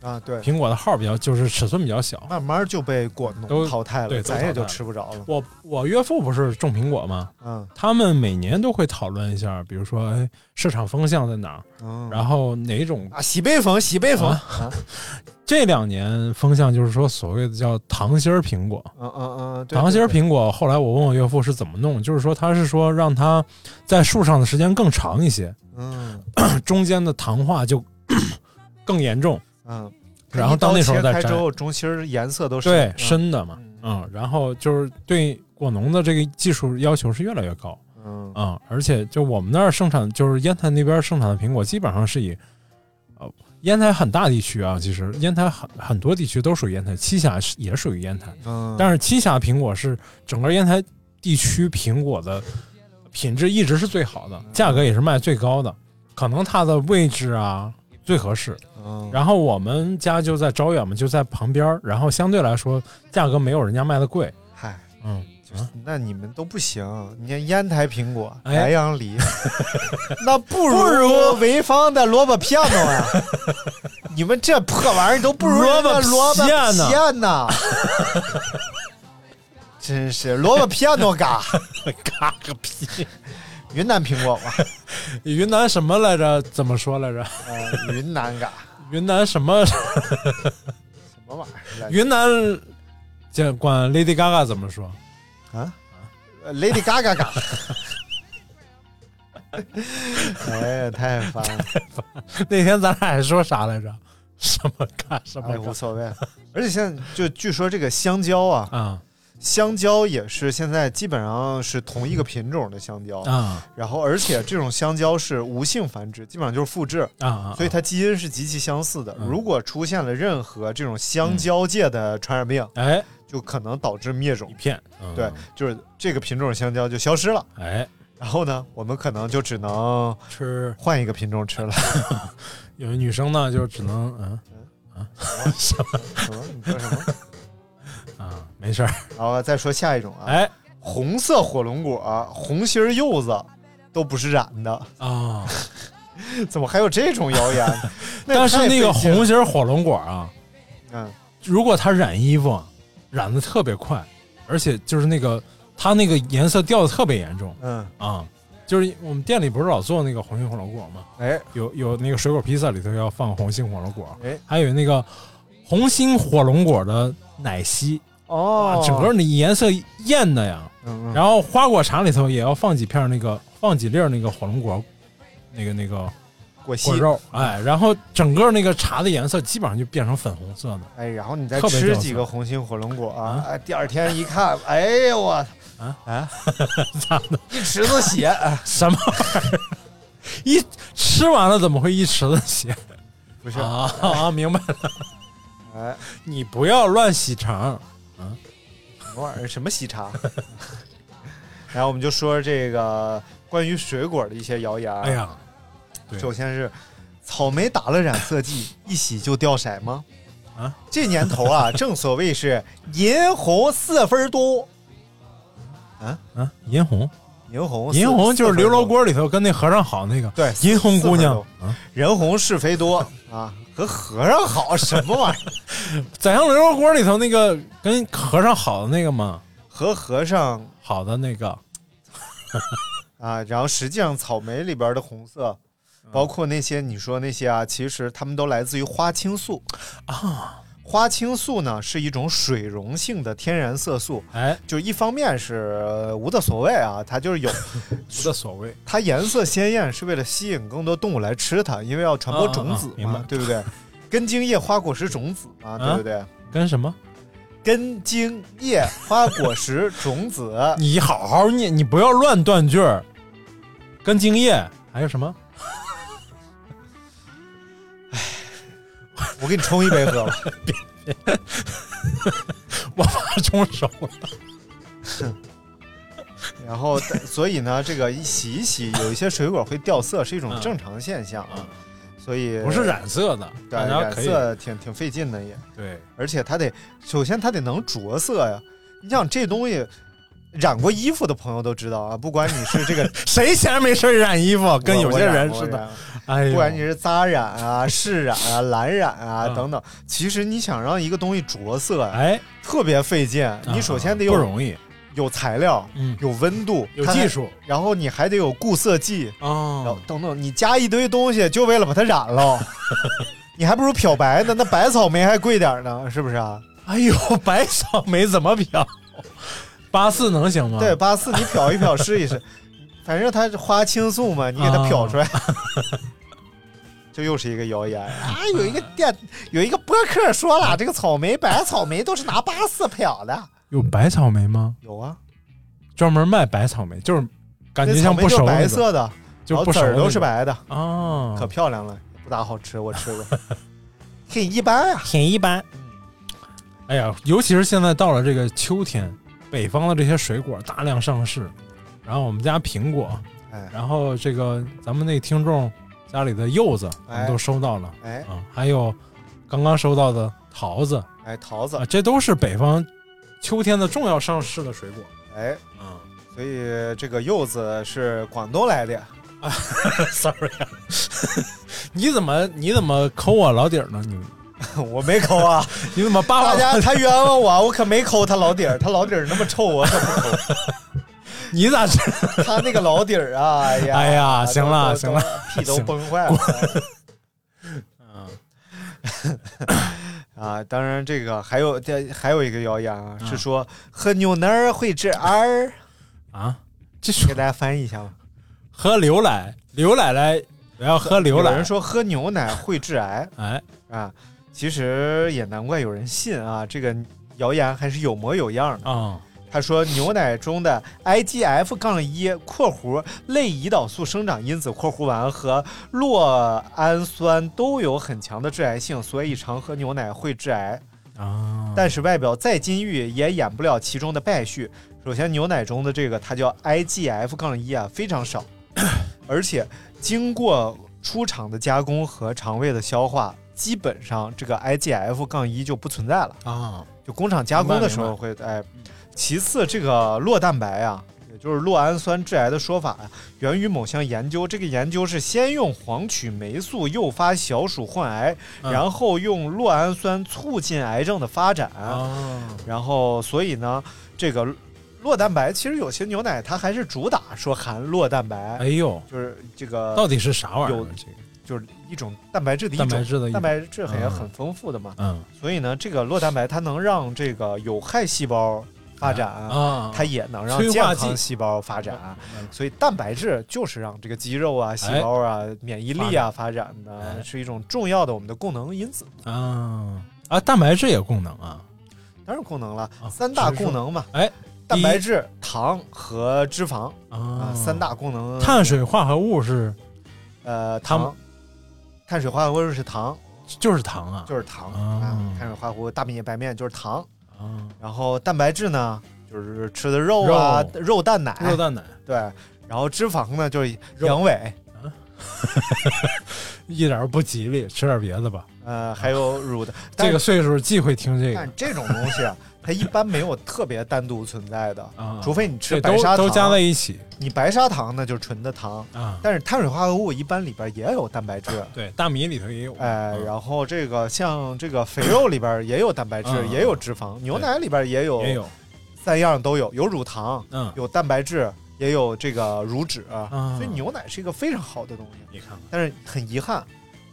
Speaker 1: 啊，对，
Speaker 2: 苹果的号比较就是尺寸比较小。
Speaker 1: 慢慢就被果农
Speaker 2: 都
Speaker 1: 淘汰了，
Speaker 2: 对都
Speaker 1: 咱也就
Speaker 2: 淘汰了
Speaker 1: 吃不着了。
Speaker 2: 我我岳父不是种苹果吗？
Speaker 1: 嗯
Speaker 2: 他们每年都会讨论一下，比如说哎市场风向在哪儿，
Speaker 1: 嗯，
Speaker 2: 然后哪种
Speaker 1: 啊，喜被逢，喜被逢，
Speaker 2: 啊
Speaker 1: 啊
Speaker 2: 这两年风向就是说所谓的叫糖心儿苹果。
Speaker 1: 嗯嗯嗯，对
Speaker 2: 糖心儿，
Speaker 1: 对对
Speaker 2: 苹果，后来我问我岳父是怎么弄，就是说他是说让它在树上的时间更长一些，
Speaker 1: 嗯
Speaker 2: 中间的糖化就 更严重，
Speaker 1: 嗯，
Speaker 2: 然后到那时候
Speaker 1: 一刀切
Speaker 2: 再
Speaker 1: 开
Speaker 2: 摘
Speaker 1: 之后，中心儿颜色都是
Speaker 2: 对，深的嘛，
Speaker 1: 嗯
Speaker 2: 嗯，然后就是对果农的这个技术要求是越来越高
Speaker 1: 嗯嗯
Speaker 2: 啊、而且就我们那儿生产，就是烟台那边生产的苹果，基本上是以，呃，烟台很大地区啊，其实烟台很很多地区都属于烟台，栖霞是也属于烟台，
Speaker 1: 嗯，
Speaker 2: 但是栖霞苹果是整个烟台地区苹果的品质一直是最好的，价格也是卖最高的，可能它的位置啊最合适，
Speaker 1: 嗯
Speaker 2: 然后我们家就在招远嘛，就在旁边儿，然后相对来说价格没有人家卖的贵。
Speaker 1: 嗨，
Speaker 2: 嗯，
Speaker 1: 就那你们都不行。你看烟台苹果、
Speaker 2: 哎
Speaker 1: 莱阳 梨，那不如
Speaker 2: 不如
Speaker 1: 潍坊的萝卜片子啊！你们这破玩意儿都不如
Speaker 2: 萝卜
Speaker 1: 人家萝卜
Speaker 2: 片呢
Speaker 1: 片 呢！真是萝卜片都嘎，
Speaker 2: 嘎个屁！
Speaker 1: 云南苹果吧，
Speaker 2: 云南什么来着？怎么说来着？
Speaker 1: 呃云南嘎，
Speaker 2: 云南什么？
Speaker 1: 什么玩意儿？
Speaker 2: 云南这管 Lady Gaga 怎么说？
Speaker 1: 啊呃，Lady Gaga 嘎！哎呀，太烦了，
Speaker 2: 那天咱俩还说啥来着？什么嘎什么
Speaker 1: 哎，无
Speaker 2: 嘎
Speaker 1: 所谓。 而且现在就据说这个香蕉啊，
Speaker 2: 啊
Speaker 1: 香蕉也是现在基本上是同一个品种的香蕉，
Speaker 2: 啊
Speaker 1: 然后而且这种香蕉是无性繁殖，基本上就是复制，
Speaker 2: 啊啊！
Speaker 1: 所以它基因是极其相似的。
Speaker 2: 嗯
Speaker 1: 如果出现了任何这种香蕉界的传染病，
Speaker 2: 哎
Speaker 1: 就可能导致灭种
Speaker 2: 一。片，嗯
Speaker 1: 对，就是这个品种的香蕉就消失了。
Speaker 2: 哎
Speaker 1: 然后呢，我们可能就只能
Speaker 2: 吃
Speaker 1: 换一个品种吃了。
Speaker 2: 有的女生呢就只能嗯
Speaker 1: 什么？你说什 么？
Speaker 2: 啊没事儿
Speaker 1: 然后再说下一种啊，
Speaker 2: 哎
Speaker 1: 红色火龙果、红心儿柚子都不是染的。
Speaker 2: 啊，
Speaker 1: 怎么还有这种谣言？
Speaker 2: 但是
Speaker 1: 太
Speaker 2: 那个
Speaker 1: 费劲
Speaker 2: 红，心儿火龙果啊，
Speaker 1: 嗯，
Speaker 2: 如果它染衣服啊，染的特别快，而且就是那个它那个颜色掉的特别严重
Speaker 1: 嗯，
Speaker 2: 啊。就是我们店里不是老做那个红心火龙果吗？
Speaker 1: 哎，
Speaker 2: 有有那个水果披萨里头要放红心火龙果，
Speaker 1: 哎
Speaker 2: 还有那个红心火龙果的奶昔，
Speaker 1: 哦
Speaker 2: 啊，整个，你颜色艳的呀。
Speaker 1: 嗯嗯，
Speaker 2: 然后花果茶里头也要放几片那个，放几粒儿那个火龙果，那个那个
Speaker 1: 果昔
Speaker 2: 果，肉，哎，然后整个那个茶的颜色基本上就变成粉红色的
Speaker 1: 哎，然后你再
Speaker 2: 特别
Speaker 1: 吃
Speaker 2: 掉
Speaker 1: 几
Speaker 2: 色
Speaker 1: 个红心火龙果啊
Speaker 2: 啊，
Speaker 1: 哎第二天一看， 哎呦我
Speaker 2: 啊
Speaker 1: 啊，
Speaker 2: 咋的？
Speaker 1: 一池子 血，哎
Speaker 2: 什么玩意儿？一吃完了怎么会一池子血
Speaker 1: 不是，
Speaker 2: 啊啊！明白了，
Speaker 1: 哎，
Speaker 2: 你不要乱洗肠。
Speaker 1: 什么玩意儿？什么喜茶？ 然后我们就说这个关于水果的一些谣言。啊
Speaker 2: 哎，呀，对
Speaker 1: 首先是草莓打了染色剂，一洗就掉色吗？
Speaker 2: 啊，
Speaker 1: 这年头 啊，正所谓是银红四分多，
Speaker 2: 啊，银红，
Speaker 1: 银红四
Speaker 2: 银红就是
Speaker 1: 四分
Speaker 2: 刘
Speaker 1: 多
Speaker 2: 罗锅里头跟那和尚好那个，
Speaker 1: 对
Speaker 2: 银红姑娘
Speaker 1: 四，
Speaker 2: 啊
Speaker 1: 人红是非多啊，和和尚好什么玩意儿？
Speaker 2: 宰相刘罗锅里头那个跟和尚好的那个嘛，
Speaker 1: 和和尚
Speaker 2: 好的那个，
Speaker 1: 啊，然后实际上草莓里边的红色，
Speaker 2: 嗯
Speaker 1: 包括那些你说那些啊，其实它们都来自于花青素啊。花青素呢是一种水溶性的天然色素，
Speaker 2: 哎，
Speaker 1: 就一方面是呃无的所谓啊，它就是有，
Speaker 2: 无的所谓，
Speaker 1: 它颜色鲜艳是为了吸引更多动物来吃它，因为要传播
Speaker 2: 啊啊啊
Speaker 1: 种子
Speaker 2: 明
Speaker 1: 嘛
Speaker 2: 白，啊
Speaker 1: 对不 对？根茎叶花果实种子嘛，对不对？
Speaker 2: 跟什么？
Speaker 1: 根茎叶花果实种 子
Speaker 2: 你好好念，你不要乱断句儿。跟精液还有什么？
Speaker 1: 我给你冲一杯 喝吧。
Speaker 2: 我怕冲手了。
Speaker 1: 然后，所以呢，这个一洗一洗，有一些水果会掉色，是一种正常现象啊
Speaker 2: 嗯。
Speaker 1: 所以
Speaker 2: 不是染色的，
Speaker 1: 对
Speaker 2: 大家
Speaker 1: 染
Speaker 2: 可以
Speaker 1: 色挺挺费劲的也，
Speaker 2: 对
Speaker 1: 而且它得首先它得能着色呀。你想这东西，染过衣服的朋友都知道啊，不管你是这个
Speaker 2: 谁闲着没事儿染衣服， 跟
Speaker 1: 我
Speaker 2: 有
Speaker 1: 我
Speaker 2: 些
Speaker 1: 染
Speaker 2: 人
Speaker 1: 我
Speaker 2: 似的。
Speaker 1: 染
Speaker 2: 哎呦，
Speaker 1: 不管你是扎染啊、湿染啊、蓝染啊
Speaker 2: 嗯
Speaker 1: 等等，其实你想让一个东西着色呀，
Speaker 2: 哎，嗯啊
Speaker 1: 特别费劲。你首先得
Speaker 2: 不
Speaker 1: 有
Speaker 2: 容易，
Speaker 1: 有材料，
Speaker 2: 嗯，
Speaker 1: 有温度，
Speaker 2: 有
Speaker 1: 它还
Speaker 2: 技，术
Speaker 1: 然后你还得有固色剂，然后
Speaker 2: 哦，
Speaker 1: 等等，你加一堆东西就为了把它染 了，你还不如漂白呢，那白草莓还贵点呢，是不是啊？
Speaker 2: 哎呦， 白草莓怎么漂？八四能行吗？
Speaker 1: 对，，八四你漂一漂试一试，反正它是花青素嘛，你给它漂出来。
Speaker 2: 啊
Speaker 1: 这又是一个谣言啊！有一个店 有一个播客说了，这个草莓白草莓都是拿八四漂的。
Speaker 2: 有白草莓吗？
Speaker 1: 有啊，
Speaker 2: 专门卖白草莓，就是感觉
Speaker 1: 那草
Speaker 2: 啊像
Speaker 1: 莓就
Speaker 2: 不
Speaker 1: 是
Speaker 2: 熟那
Speaker 1: 白
Speaker 2: 种，
Speaker 1: 色的，
Speaker 2: 就
Speaker 1: 然后
Speaker 2: 不
Speaker 1: 籽
Speaker 2: 熟
Speaker 1: 儿都是
Speaker 2: 白
Speaker 1: 白的，
Speaker 2: 啊，
Speaker 1: 可漂亮了，不咋好吃，我吃过，很一般啊。
Speaker 2: 挺一般。哎呀，尤其是现在到了这个秋天，北方的这些水果大量上市，然后我们家苹果，
Speaker 1: 哎
Speaker 2: 然后这个咱们那听众家里的柚子，我
Speaker 1: 哎
Speaker 2: 们都收到了
Speaker 1: 哎
Speaker 2: 啊，还有刚刚收到的桃子
Speaker 1: 哎，桃子
Speaker 2: 啊啊，这都是北方秋天的重要上市的水果。
Speaker 1: 哎，
Speaker 2: 嗯
Speaker 1: 所以这个柚子是广东来的，
Speaker 2: ，sorry，啊 你怎么你怎么抠我老底儿呢？你
Speaker 1: 我没抠啊，
Speaker 2: 你怎么扒
Speaker 1: 大
Speaker 2: 我
Speaker 1: 家他冤枉我，我可没抠他老底儿，他老底儿那么臭，我可不抠。
Speaker 2: 你咋知？
Speaker 1: 他那个老底儿 啊，哎呀，
Speaker 2: 哎呀
Speaker 1: 都
Speaker 2: 行了
Speaker 1: 都
Speaker 2: 行了
Speaker 1: 都屁都崩坏了。 啊，当然这个还有这还有一个谣言啊，是说喝牛奶儿会致癌，
Speaker 2: 啊？这
Speaker 1: 你
Speaker 2: 是
Speaker 1: 给大家翻译一下 吧。
Speaker 2: 喝牛奶，牛奶奶不要喝牛
Speaker 1: 有
Speaker 2: 奶。
Speaker 1: 人说喝牛奶会致癌
Speaker 2: 哎，
Speaker 1: 啊，其实也难怪有人信啊，这个谣言还是有模有样的。
Speaker 2: 啊、
Speaker 1: 他说牛奶中的 IGF 杠一（括弧类胰岛素生长因子（括弧完）和酪氨酸都有很强的致癌性，所以常喝牛奶会致癌。
Speaker 2: 啊，
Speaker 1: 但是外表再金玉也掩不了其中的败絮。首先，牛奶中的这个它叫 IGF 杠一啊，非常少，而且经过出厂的加工和肠胃的消化，基本上这个 IGF 杠一就不存在了。
Speaker 2: 啊，
Speaker 1: 就工厂加工的时候会哎。
Speaker 2: 嗯
Speaker 1: 其次，这个酪蛋白啊，也就是酪氨酸致癌的说法啊，源于某项研究。这个研究是先用黄曲霉素诱发小鼠患癌，
Speaker 2: 嗯
Speaker 1: 然后用酪氨酸促进癌症的发展。
Speaker 2: 啊，
Speaker 1: 然后，所以呢，这个酪蛋白其实有些牛奶它还是主打说含酪蛋白，
Speaker 2: 哎呦，
Speaker 1: 就是这个
Speaker 2: 到底是啥玩意
Speaker 1: 有
Speaker 2: 儿？这个，
Speaker 1: 就是一种蛋白质的一种
Speaker 2: 蛋白质的一种
Speaker 1: 蛋白质很
Speaker 2: 嗯
Speaker 1: 很丰富的嘛。
Speaker 2: 嗯
Speaker 1: 所以呢，这个酪蛋白它能让这个有害细胞发展，
Speaker 2: 啊，
Speaker 1: 它也能让
Speaker 2: 催
Speaker 1: 健
Speaker 2: 化剂
Speaker 1: 康细胞发展
Speaker 2: 嗯。
Speaker 1: 所以蛋白质就是让这个肌肉啊、细胞啊、免疫力啊发展的，
Speaker 2: 哎
Speaker 1: 是一种重要的我们的供能因子。
Speaker 2: 啊啊，蛋白质也供能啊，
Speaker 1: 当然供能了，
Speaker 2: 啊
Speaker 1: 三大供能嘛。
Speaker 2: 哎，
Speaker 1: 蛋白
Speaker 2: 第一
Speaker 1: 质、糖和脂肪啊
Speaker 2: 啊，，
Speaker 1: 三大供能。
Speaker 2: 碳水化合物是
Speaker 1: 呃
Speaker 2: 它
Speaker 1: 糖，碳水化合物是糖，
Speaker 2: 就是糖啊，
Speaker 1: 就是糖啊。
Speaker 2: 哦
Speaker 1: 碳水化合物大米、白面就是糖，
Speaker 2: 啊，
Speaker 1: 然后蛋白质呢就是吃的肉啊、
Speaker 2: 肉
Speaker 1: 肉蛋奶、
Speaker 2: 肉蛋奶
Speaker 1: 对，然后脂肪呢就是
Speaker 2: 肉
Speaker 1: 阳痿，
Speaker 2: 一点儿不吉利，吃点别的吧。
Speaker 1: 呃，还有乳的。但
Speaker 2: 嗯这个岁数忌讳听这个
Speaker 1: 但这种东西啊，它一般没有特别单独存在的，
Speaker 2: 啊，
Speaker 1: 除非你吃
Speaker 2: 这
Speaker 1: 白
Speaker 2: 都
Speaker 1: 砂糖，
Speaker 2: 都加在一起
Speaker 1: 你白砂糖呢就是纯的糖，
Speaker 2: 啊。
Speaker 1: 但是碳水化合物一般里边也有蛋白质。
Speaker 2: 对，大米里头也有，
Speaker 1: 哎，
Speaker 2: 嗯
Speaker 1: 然后这个像这个肥肉里边也有蛋白质，
Speaker 2: 嗯
Speaker 1: 也有脂肪；牛奶里边也有，
Speaker 2: 也有，
Speaker 1: 三样都有，有乳糖，
Speaker 2: 嗯
Speaker 1: 有蛋白质，也有这个乳脂。
Speaker 2: 啊，
Speaker 1: 所以牛奶是一个非常好的东西。
Speaker 2: 你看看
Speaker 1: 但是很遗憾，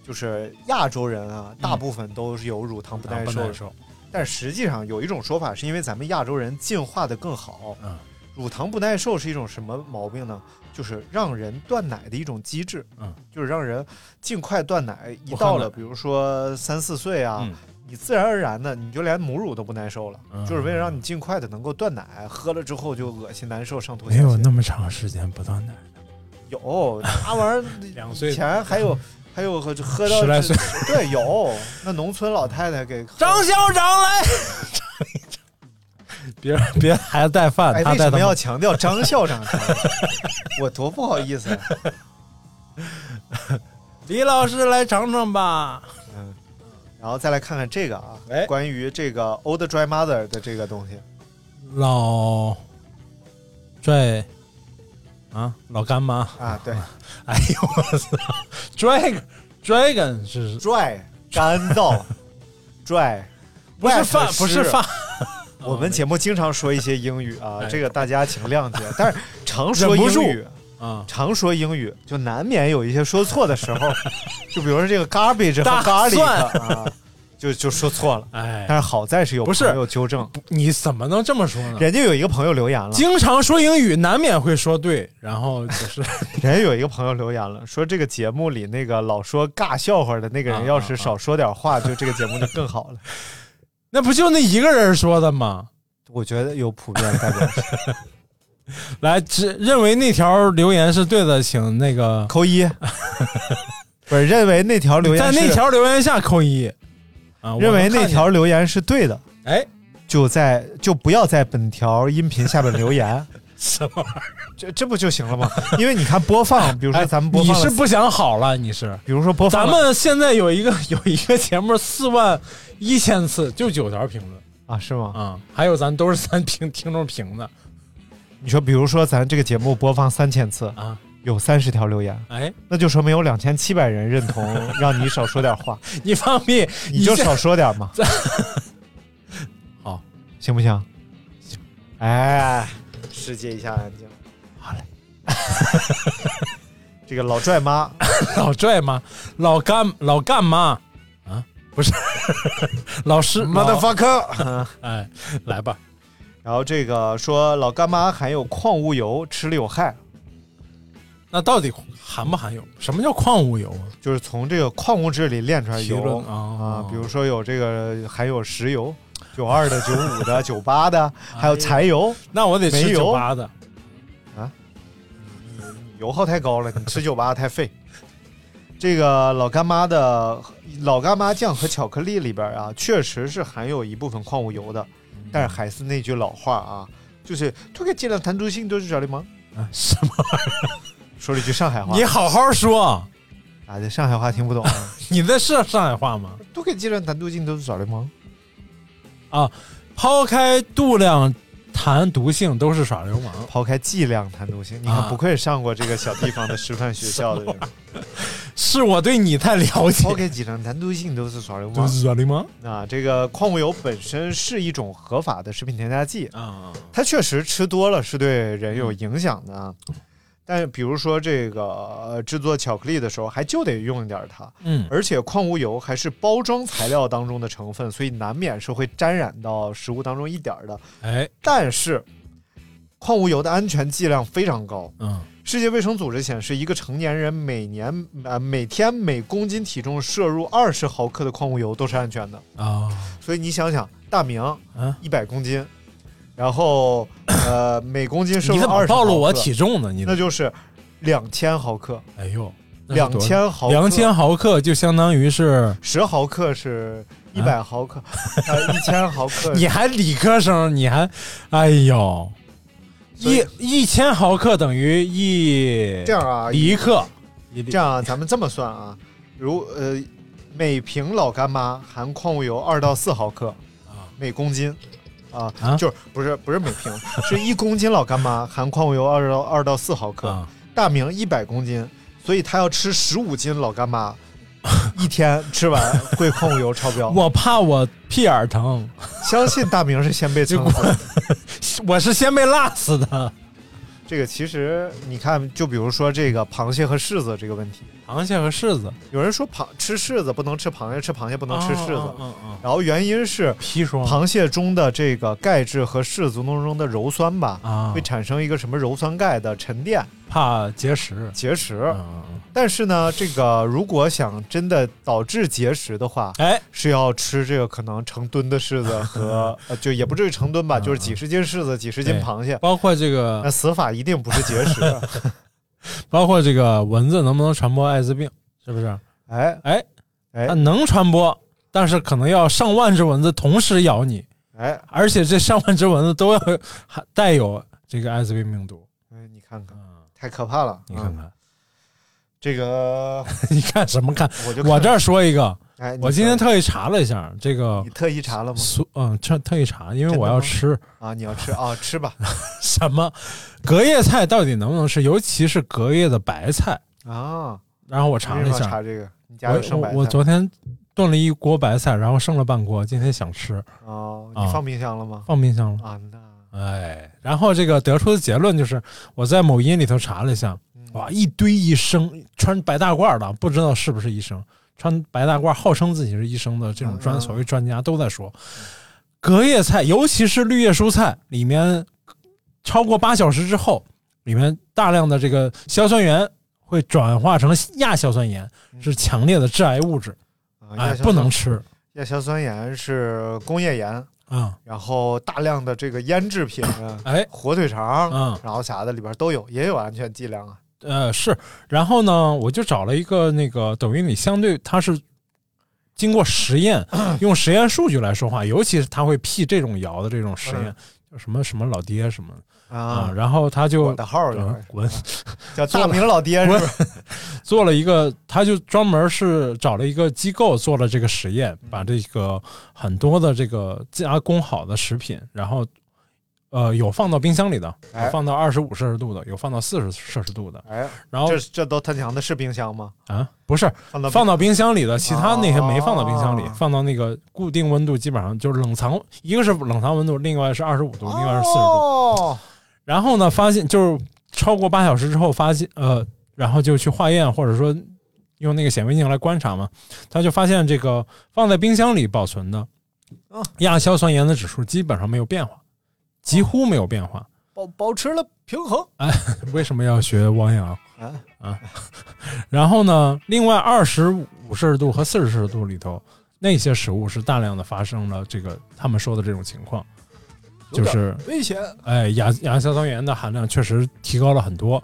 Speaker 1: 就是亚洲人啊，大部分都是有乳糖不耐
Speaker 2: 嗯啊不
Speaker 1: 受。
Speaker 2: 耐受
Speaker 1: 但实际上有一种说法，是因为咱们亚洲人进化的更好。
Speaker 2: 嗯
Speaker 1: 乳糖不耐受是一种什么毛病呢？就是让人断奶的一种机制。
Speaker 2: 嗯，
Speaker 1: 就是让人尽快断奶。一
Speaker 2: 不喝
Speaker 1: 到了
Speaker 2: 奶
Speaker 1: 比如说三四岁啊，
Speaker 2: 嗯
Speaker 1: 你自然而然的你就连母乳都不耐受了，
Speaker 2: 嗯
Speaker 1: 就是为了让你尽快的能够断奶。喝了之后就恶心难受，上吐下
Speaker 2: 没
Speaker 1: 泻。
Speaker 2: 有那么长时间不断奶，
Speaker 1: 有那玩意儿
Speaker 2: 两岁
Speaker 1: 以前还 有还有喝喝到
Speaker 2: 十来岁，
Speaker 1: 对，有那农村老太太给喝。
Speaker 2: 校长来，别别孩子带饭，
Speaker 1: 哎，
Speaker 2: 他
Speaker 1: 为
Speaker 2: 带
Speaker 1: 什么
Speaker 2: 他
Speaker 1: 要强调张校 长？我多不好意思啊！
Speaker 2: 李老师来尝尝吧。
Speaker 1: 然后再来看看这个啊，
Speaker 2: 哎
Speaker 1: 关于这个 old dry mother 的这个东西，
Speaker 2: 老拽啊，老干妈，
Speaker 1: 啊，对
Speaker 2: 哎呦我操，dragon dragon 是
Speaker 1: ，dry 干燥 ，dry
Speaker 2: 不是饭
Speaker 1: 外头
Speaker 2: 不是
Speaker 1: 湿
Speaker 2: 饭，
Speaker 1: 我们节目经常说一些英语啊，
Speaker 2: 哦哎
Speaker 1: 这个大家请谅解，但是常说
Speaker 2: 忍不住
Speaker 1: 英语。
Speaker 2: 啊，
Speaker 1: 常说英语，就难免有一些说错的时候， 就比如说这个 garbage 和
Speaker 2: 大
Speaker 1: garlic
Speaker 2: 蒜
Speaker 1: 啊，就就说错了。但
Speaker 2: 哎，
Speaker 1: 是好在是有
Speaker 2: 不是
Speaker 1: 朋友纠正，
Speaker 2: 你怎么能这么说呢？
Speaker 1: 人家有一个朋友留言了，
Speaker 2: 经常说英语，难免会说对，然后就是
Speaker 1: 人家有一个朋友留言了，说这个节目里那个老说尬笑话的那个人，
Speaker 2: 啊
Speaker 1: 要
Speaker 2: 啊
Speaker 1: 是
Speaker 2: 啊
Speaker 1: 少说点话，就这个节目就更好 了。
Speaker 2: 那不就那一个人说的吗？
Speaker 1: 我觉得有普遍代表性，
Speaker 2: 来，只认为那条留言是对的，请那个
Speaker 1: 扣一。 不是认为那条留言
Speaker 2: 在
Speaker 1: 是
Speaker 2: 那条留言下扣一啊，我
Speaker 1: 认为
Speaker 2: 能看
Speaker 1: 那
Speaker 2: 见
Speaker 1: 条留言是对的，
Speaker 2: 哎
Speaker 1: 就在就不要在本条音频下面留言。
Speaker 2: 什么玩意儿？
Speaker 1: 这这不就行了吗？因为你看播放，比如说
Speaker 2: 哎
Speaker 1: 咱们播
Speaker 2: 你
Speaker 1: 放了，
Speaker 2: 是不想好了？你是
Speaker 1: 比如说播放
Speaker 2: 咱
Speaker 1: 了
Speaker 2: 们现在有一个 有一个节目四万一千次，就九条评论
Speaker 1: 啊，是吗？
Speaker 2: 啊，还有咱都是咱听听众评的，
Speaker 1: 你说，比如说咱这个节目播放三千次，
Speaker 2: 啊，
Speaker 1: 有三十条留言，
Speaker 2: 哎，
Speaker 1: 那就说明有两千七百人认同，让你少说点 话，
Speaker 2: 你放屁，
Speaker 1: 你就
Speaker 2: 现
Speaker 1: 少说点嘛。
Speaker 2: 好，
Speaker 1: 行不行？哎，世界一下安静。好嘞。 这个老拽 妈，
Speaker 2: 老拽妈，老干老干妈啊，不是 老师
Speaker 1: 妈的
Speaker 2: 老
Speaker 1: fucker。
Speaker 2: 哎，来吧，
Speaker 1: 然后这个说老干妈含有矿物油，吃了有害，
Speaker 2: 那到底含不含油？什么叫矿物油啊？
Speaker 1: 就是从这个矿物质里炼出来
Speaker 2: 提
Speaker 1: 油
Speaker 2: 论
Speaker 1: 啊
Speaker 2: 啊，
Speaker 1: 比如说有这个含有石 油，九二的、九五的、九八的，还有柴油，
Speaker 2: 那我得
Speaker 1: 没
Speaker 2: 吃
Speaker 1: 油
Speaker 2: 酒吧的，
Speaker 1: 油耗太高了，你吃九八太费。这个老干妈的老干妈酱和巧克力里边啊，确实是含有一部分矿物油的，
Speaker 2: 嗯
Speaker 1: 但是还是那句老话啊，就是“脱开尽量弹出性都是小流氓
Speaker 2: 啊什么？”，
Speaker 1: 说了一句上海话，
Speaker 2: 你好好说，
Speaker 1: 啊，这上海话听不懂啊，
Speaker 2: 你在是上海话吗？
Speaker 1: “脱开尽量弹出性都是小流氓
Speaker 2: 啊，抛开度量谈毒性都是耍流”，氓。
Speaker 1: 抛开剂量弹出性，你看
Speaker 2: 啊
Speaker 1: 不愧是上过这个小地方的师范学校 的人，
Speaker 2: 是我对你太了
Speaker 1: 抛
Speaker 2: 解，
Speaker 1: 开剂量弹出性都是耍流
Speaker 2: 就
Speaker 1: 氓。
Speaker 2: 是耍流氓
Speaker 1: 啊，这个矿物油本身是一种合法的食品添加剂，
Speaker 2: 啊，
Speaker 1: 它确实吃多了是对人有影响的啊。
Speaker 2: 嗯
Speaker 1: 但是比如说这个、呃、制作巧克力的时候，还就得用一点它，
Speaker 2: 嗯
Speaker 1: 而且矿物油还是包装材料当中的成分，所以难免是会沾染到食物当中一点儿的。
Speaker 2: 哎
Speaker 1: 但是，矿物油的安全剂量非常高。
Speaker 2: 嗯
Speaker 1: 世界卫生组织显示，一个成年人每年呃每天每公斤体重摄入二十毫克的矿物油都是安全的。
Speaker 2: 啊
Speaker 1: 所以你想想，大明
Speaker 2: 啊，
Speaker 1: 一百公斤，然后呃每公斤摄
Speaker 2: 你
Speaker 1: 入
Speaker 2: 怎
Speaker 1: 二
Speaker 2: 么
Speaker 1: 十，
Speaker 2: 暴露我体，重呢？你
Speaker 1: 那就是两千毫克，
Speaker 2: 哎呦，那是
Speaker 1: 两
Speaker 2: 多少
Speaker 1: 千毫克，
Speaker 2: 两千毫克就相当于是，。
Speaker 1: 十毫克是一百毫克，呃一千毫克
Speaker 2: 啊 你还理科生，你还，哎呦，
Speaker 1: 所以
Speaker 2: 一一千毫克等于一
Speaker 1: 这样啊
Speaker 2: 一克，
Speaker 1: 这样啊咱们这么算啊，如呃每瓶老干妈含矿物油二到四毫克
Speaker 2: 啊
Speaker 1: 每公斤。啊，
Speaker 2: 啊
Speaker 1: 就是不是不是每瓶，是一公斤老干妈含矿物油二到二到四毫克，
Speaker 2: 啊，
Speaker 1: 大明一百公斤，所以他要吃十五斤老干妈，一天吃完会矿物油超标。
Speaker 2: 我怕我屁眼儿疼，
Speaker 1: 相信大明是先被撑死的。
Speaker 2: 我是先被辣死 的。
Speaker 1: 这个其实你看，就比如说这个螃蟹和柿子这个问题，
Speaker 2: 螃蟹和柿子，
Speaker 1: 有人说螃吃柿子不能吃螃蟹，吃螃蟹不能吃柿子，
Speaker 2: 哦嗯嗯，嗯
Speaker 1: 然后原因是
Speaker 2: 砒霜
Speaker 1: 螃蟹中的这个钙质和柿子中的鞣酸吧。
Speaker 2: 啊
Speaker 1: 会，产生一个什么鞣酸钙的沉淀
Speaker 2: 怕结石。
Speaker 1: 结石，
Speaker 2: 嗯嗯嗯
Speaker 1: 但是呢，这个如果想真的导致结石的话，
Speaker 2: 哎，
Speaker 1: 是要吃这个可能成吨的柿子 和呃，就也不至于成吨吧，就是几十斤柿子、几十斤
Speaker 2: 嗯对嗯
Speaker 1: 螃蟹。
Speaker 2: 包括这
Speaker 1: 那
Speaker 2: 个，
Speaker 1: 死法一定不是结石，啊
Speaker 2: 包括这个蚊子能不能传播艾滋病？是不是？
Speaker 1: 哎
Speaker 2: 哎，
Speaker 1: 哎
Speaker 2: 它能传播，但是可能要上万只蚊子同时咬你。
Speaker 1: 哎，
Speaker 2: 而且这上万只蚊子都要还带有这个艾滋病病毒。
Speaker 1: 哎你看看，
Speaker 2: 嗯，
Speaker 1: 太可怕了。
Speaker 2: 你看
Speaker 1: 嗯
Speaker 2: 看，
Speaker 1: 这个，
Speaker 2: 你看什么看？
Speaker 1: 我就
Speaker 2: 我
Speaker 1: 看
Speaker 2: 这，儿说一个，
Speaker 1: 哎，你
Speaker 2: 我今天
Speaker 1: 说
Speaker 2: 特意查了一下这个
Speaker 1: 你特意查了吗？
Speaker 2: 苏，嗯，特特意查，因为我要吃
Speaker 1: 啊，你要吃啊，吃吧
Speaker 2: 什么隔夜菜到底能不能吃，尤其是隔夜的白菜。
Speaker 1: 啊，
Speaker 2: 然后我
Speaker 1: 你
Speaker 2: 查
Speaker 1: 为
Speaker 2: 了
Speaker 1: 什么
Speaker 2: 一
Speaker 1: 要
Speaker 2: 下，
Speaker 1: 查这个，你家
Speaker 2: 我
Speaker 1: 有生白
Speaker 2: 我我
Speaker 1: 菜
Speaker 2: 昨天炖了一锅白菜，然后剩了半锅，今天想吃，
Speaker 1: 哦，
Speaker 2: 啊
Speaker 1: 你放冰箱了吗？
Speaker 2: 放冰箱了。
Speaker 1: 啊，那
Speaker 2: 哎，然后这个得出的结论就是，我在某音里头查了一下，
Speaker 1: 嗯
Speaker 2: 哇，一堆医生穿白大褂的，不知道是不是医生，穿白大褂号称自己是医生的这种专
Speaker 1: 嗯
Speaker 2: 所谓专家都在说，隔夜菜，尤其是绿叶蔬菜里面，超过八小时之后，里面大量的这个硝酸盐会转化成亚硝酸盐，是强烈的致癌物质，
Speaker 1: 嗯啊
Speaker 2: 哎
Speaker 1: 亚，硝
Speaker 2: 不
Speaker 1: 酸
Speaker 2: 能吃
Speaker 1: 亚硝酸盐是工业盐，
Speaker 2: 啊，
Speaker 1: 然后大量的这个腌制 品啊，
Speaker 2: 哎，
Speaker 1: 火腿肠，
Speaker 2: 嗯
Speaker 1: 然后啥的里边都有，也有安全剂量啊。
Speaker 2: 呃，是，然后呢，我就找了一个那个抖音里相对它是经过实 验，用实验数据来说话，尤其是他会 P 这种谣的这种实验
Speaker 1: 嗯，
Speaker 2: 叫什么什么老爹什么啊
Speaker 1: 啊，，
Speaker 2: 然后他就
Speaker 1: 我的号
Speaker 2: 嗯
Speaker 1: 儿啊
Speaker 2: 滚
Speaker 1: 叫大明老爹是不是？
Speaker 2: 做了一个，他就专门是找了一个机构做了这个实
Speaker 1: 嗯
Speaker 2: 验，把这个很多的这个加工好的食品，然后呃，有放到冰箱里的，
Speaker 1: 哎
Speaker 2: 有放到二十五摄氏度的，有放到四十摄氏度的。
Speaker 1: 哎，
Speaker 2: 然后
Speaker 1: 这这都他娘的是冰箱吗？
Speaker 2: 啊，不是
Speaker 1: 放到
Speaker 2: 放到冰箱里的，其他那些没放到冰箱里，
Speaker 1: 哦
Speaker 2: 放到那个固定温度，基本上就是冷藏，一个是冷藏温度，另外是二十五度，另外是四十度。
Speaker 1: 哦，
Speaker 2: 然后呢，发现就是超过八小时之后发现，呃，然后就去化验，或者说用那个显微镜来观察嘛，他就发现这个放在冰箱里保存的
Speaker 1: 哦
Speaker 2: 亚硝酸盐的指数基本上没有变化，几乎没有变化。
Speaker 1: 保保持了平衡。
Speaker 2: 为什么要学汪洋？
Speaker 1: 啊，
Speaker 2: 然后呢，另外二十五摄氏度和四十摄氏度里头，那些食物是大量的发生了这个他们说的这种情况，
Speaker 1: 有
Speaker 2: 就
Speaker 1: 点
Speaker 2: 是
Speaker 1: 危险。
Speaker 2: 哎，亚亚硝酸盐的含量确实提高了很多。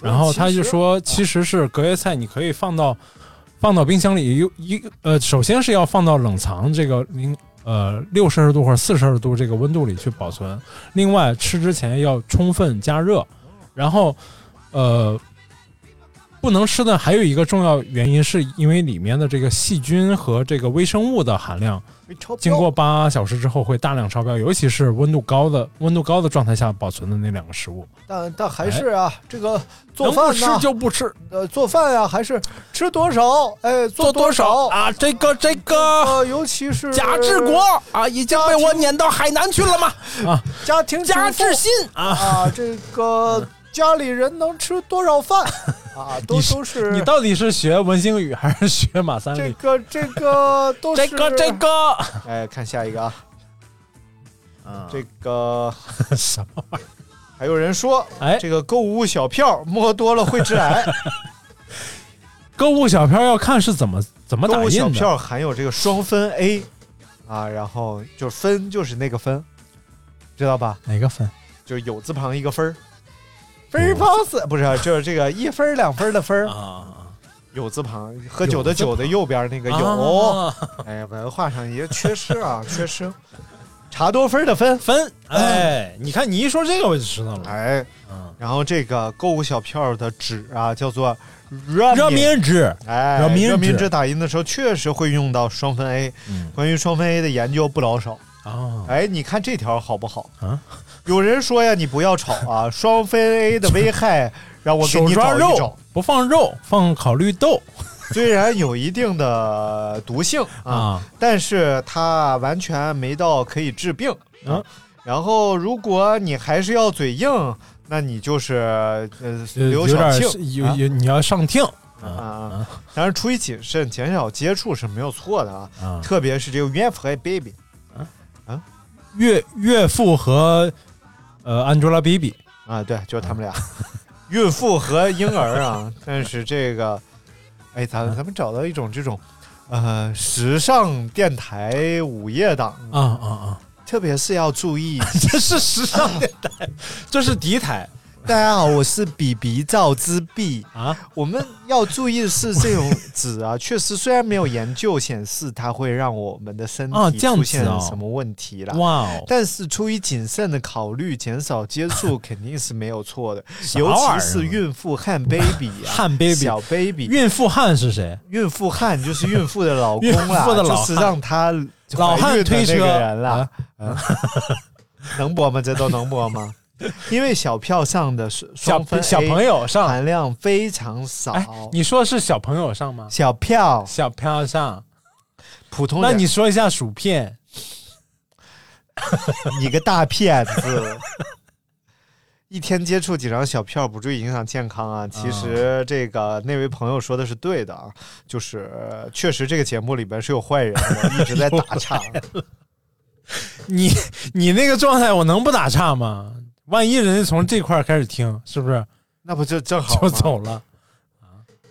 Speaker 2: 然后他就说，其实啊是隔夜菜，你可以放到放到冰箱里，有一呃，首先是要放到冷藏这个零呃六摄氏度或者四摄氏度这个温度里去保存。另外，吃之前要充分加热，然后呃。不能吃的还有一个重要原因，是因为里面的这个细菌和这个微生物的含量
Speaker 1: 被超标
Speaker 2: 经过八小时之后会大量超标，尤其是温度高的温度高的状态下保存的那两个食物，
Speaker 1: 但但还是啊，这个做
Speaker 2: 能
Speaker 1: 饭
Speaker 2: 不
Speaker 1: 呢
Speaker 2: 吃，就不吃，
Speaker 1: 呃，做饭呀、还是吃多少，哎，
Speaker 2: 做
Speaker 1: 多
Speaker 2: 少啊？这个这个
Speaker 1: 呃，尤其是
Speaker 2: 贾志国啊，已经被我撵到海南去了吗？
Speaker 1: 家庭主妇
Speaker 2: 贾志新啊，
Speaker 1: 啊，这个家里人能吃多少饭啊，都
Speaker 2: 你是
Speaker 1: 都是
Speaker 2: 你到底是学文星宇还是学马三
Speaker 1: 这
Speaker 2: 立？
Speaker 1: 个这个都
Speaker 2: 这
Speaker 1: 是
Speaker 2: 个这，个
Speaker 1: 哎，看下一个啊，这个
Speaker 2: 什么？
Speaker 1: 还有人说，
Speaker 2: 哎，
Speaker 1: 这个购物小票摸多了会致 癌，
Speaker 2: 购物小票要看是怎么怎么
Speaker 1: 购
Speaker 2: 打
Speaker 1: 物小
Speaker 2: 印的。
Speaker 1: 票含有这个双酚 A 啊，然后就是酚就是那个酚，知道吧？
Speaker 2: 哪个分？
Speaker 1: 就是有字旁一个分儿，分儿 pos 不是，就是这个一分儿两分儿的分儿，
Speaker 2: 啊，
Speaker 1: 有字旁，喝酒的酒的右边那个有，
Speaker 2: 有
Speaker 1: 哎，文化上也缺失啊， 缺失。茶多酚的酚，
Speaker 2: 分，哎，你看你一说这个我就知道了。
Speaker 1: 哎，
Speaker 2: 嗯，
Speaker 1: 然后这个购物小票的纸啊，叫做
Speaker 2: 热
Speaker 1: 热
Speaker 2: 敏纸，
Speaker 1: 哎，
Speaker 2: 热敏纸
Speaker 1: 热敏纸打印的时候确实会用到双酚 A，
Speaker 2: 嗯
Speaker 1: 关于双酚 A 的研究不老少。
Speaker 2: 啊，
Speaker 1: 哎，你看这条好不好？
Speaker 2: 啊，
Speaker 1: 有人说呀，你不要炒 啊，双酚 A 的危害让我给
Speaker 2: 手
Speaker 1: 你
Speaker 2: 抓
Speaker 1: 找一
Speaker 2: 肉
Speaker 1: 找。
Speaker 2: 不放肉，放烤绿豆
Speaker 1: 虽然有一定的毒性啊，
Speaker 2: 啊，
Speaker 1: 但是它完全没到可以治病啊
Speaker 2: 啊。
Speaker 1: 然后，如果你还是要嘴硬，那你就是呃
Speaker 2: 呃有
Speaker 1: 刘小
Speaker 2: 点
Speaker 1: 庆
Speaker 2: 有
Speaker 1: 啊
Speaker 2: 有你要上听
Speaker 1: 啊
Speaker 2: 啊
Speaker 1: 啊！当然，出于谨慎，减少接触是没有错的啊。
Speaker 2: 啊，
Speaker 1: 特别是这个岳父和 baby，
Speaker 2: 岳岳父和呃 Angelababy
Speaker 1: 啊，对，就是他们 俩，孕妇和婴儿啊。但是这个，哎，咱咱们找到一种这种，呃，时尚电台午夜档，
Speaker 2: 啊啊啊，
Speaker 1: 特别是要注意。
Speaker 2: 这是时尚电台，这是敌台
Speaker 1: 大家好，我是比比赵之碧。
Speaker 2: 啊，
Speaker 1: 我们要注意的是，这种纸啊，确实虽然没有研究显示它会让我们的身
Speaker 2: 啊
Speaker 1: 体
Speaker 2: 这样
Speaker 1: 出
Speaker 2: 子
Speaker 1: 现
Speaker 2: 哦
Speaker 1: 什么问题啦。
Speaker 2: 哇哦，
Speaker 1: 但是出于谨慎的考虑，减少接 触肯定是没有错的，
Speaker 2: 啥
Speaker 1: 尤
Speaker 2: 玩意
Speaker 1: 其
Speaker 2: 儿
Speaker 1: 是
Speaker 2: 啊
Speaker 1: 孕妇和 baby 啊，
Speaker 2: 汉 baby
Speaker 1: 小 baby，
Speaker 2: 孕妇汉是谁？
Speaker 1: 孕妇汉就是孕妇的老公
Speaker 2: 孕
Speaker 1: 啦，
Speaker 2: 妇的老汉
Speaker 1: 就是让她
Speaker 2: 老
Speaker 1: 怀
Speaker 2: 汉
Speaker 1: 孕的
Speaker 2: 推
Speaker 1: 那
Speaker 2: 车
Speaker 1: 个人啦
Speaker 2: 啊，
Speaker 1: 嗯 能播吗？这都能播吗？因为小票上的双
Speaker 2: 小
Speaker 1: 双酚 A
Speaker 2: 小朋友上，
Speaker 1: 含量非常少，
Speaker 2: 哎，你说是小朋友上吗？
Speaker 1: 小票
Speaker 2: 小朋友上，
Speaker 1: 普通
Speaker 2: 那
Speaker 1: 点，
Speaker 2: 你说一下薯片，
Speaker 1: 你个大骗子！一天接触几张小票，不注意影响健康啊！其
Speaker 2: 嗯
Speaker 1: 实这个那位朋友说的是对的啊，就是呃确实这个节目里边是有坏人的，一直在打岔。
Speaker 2: 你你那个状态，我能不打岔吗？万一人家从这块儿开始听，是不是
Speaker 1: 那不就正好
Speaker 2: 就
Speaker 1: 吗
Speaker 2: 走了？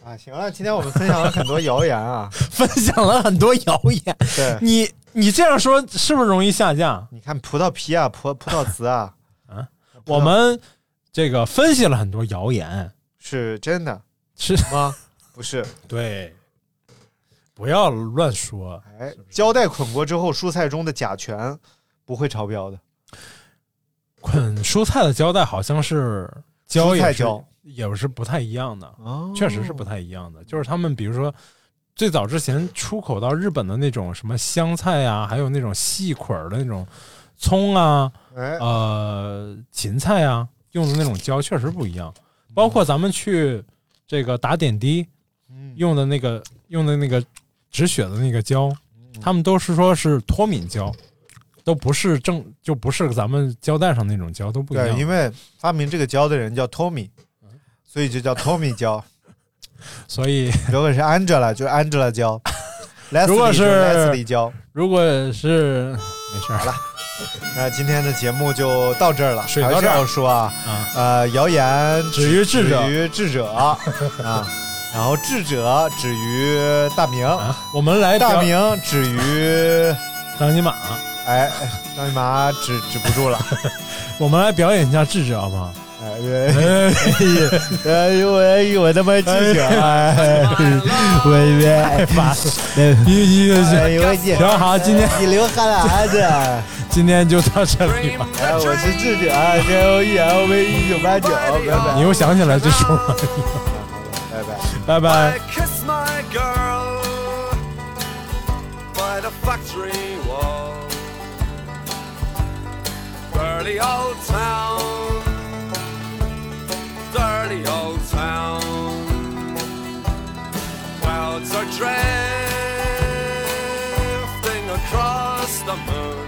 Speaker 1: 啊？行了，今天我们分享了很多谣言 啊，
Speaker 2: 分享了很多谣言，
Speaker 1: 对，
Speaker 2: 你你这样说是不是容易下架？
Speaker 1: 你看葡萄皮啊，葡葡萄籽啊，
Speaker 2: 啊，
Speaker 1: 葡萄
Speaker 2: 我们这个分析了很多谣言，
Speaker 1: 是真的
Speaker 2: 是
Speaker 1: 吗？不 是，
Speaker 2: 对，不要乱说。
Speaker 1: 哎，胶带捆过之后，蔬菜中的甲醛不会超标的。
Speaker 2: 捆蔬菜的胶带好像是胶
Speaker 1: 蔬菜
Speaker 2: 也是
Speaker 1: 胶
Speaker 2: 也是不太一样的，
Speaker 1: 哦
Speaker 2: 确实是不太一样的。就是他们比如说最早之前出口到日本的那种什么香菜啊，还有那种细捆儿的那种葱啊，
Speaker 1: 哎，
Speaker 2: 呃，芹菜啊，用的那种胶确实不一样。包括咱们去这个打点滴
Speaker 1: 嗯
Speaker 2: 用的那个用的那个止血的那个胶，他们都是说是脱敏胶，都不是正就不是咱们胶带上那种胶，都不一
Speaker 1: 对，
Speaker 2: 样。嗯
Speaker 1: 因为发明这个胶的人叫 Tommy，所以就叫 Tommy 胶。
Speaker 2: 所以
Speaker 1: 如果是 Angela，就是 Angela 胶。
Speaker 2: 如果是
Speaker 1: Leslie 胶，
Speaker 2: 如果是没事儿了，
Speaker 1: 那今天的节目就到这儿了。
Speaker 2: 水
Speaker 1: 还
Speaker 2: 到
Speaker 1: 是
Speaker 2: 这儿
Speaker 1: 要说啊，
Speaker 2: 啊
Speaker 1: 呃，谣言
Speaker 2: 止于智者
Speaker 1: 止于智者 啊，然后智者止于大明，
Speaker 2: 啊，我们来
Speaker 1: 大
Speaker 2: 表
Speaker 1: 明止于
Speaker 2: 张金马，
Speaker 1: 哎，张姨妈止止不 住了，
Speaker 2: 我们来表演一下智者好不好？
Speaker 1: 哎哎哎我我他妈智者， 哎，我
Speaker 2: 太烦了，
Speaker 1: 哎
Speaker 2: 一一个
Speaker 1: 哎呦我姐，
Speaker 2: 行好今天
Speaker 1: 你流汗了啊孩子，
Speaker 2: 今天就到这里吧。
Speaker 1: 哎，我是智者，J O E L V 一九八九，拜拜
Speaker 2: 你又想起来这首了，
Speaker 1: 拜拜。
Speaker 2: 拜拜。
Speaker 3: kiss my girl by the factory wall. Dirty old town, dirty old town. Clouds are drifting across the moon.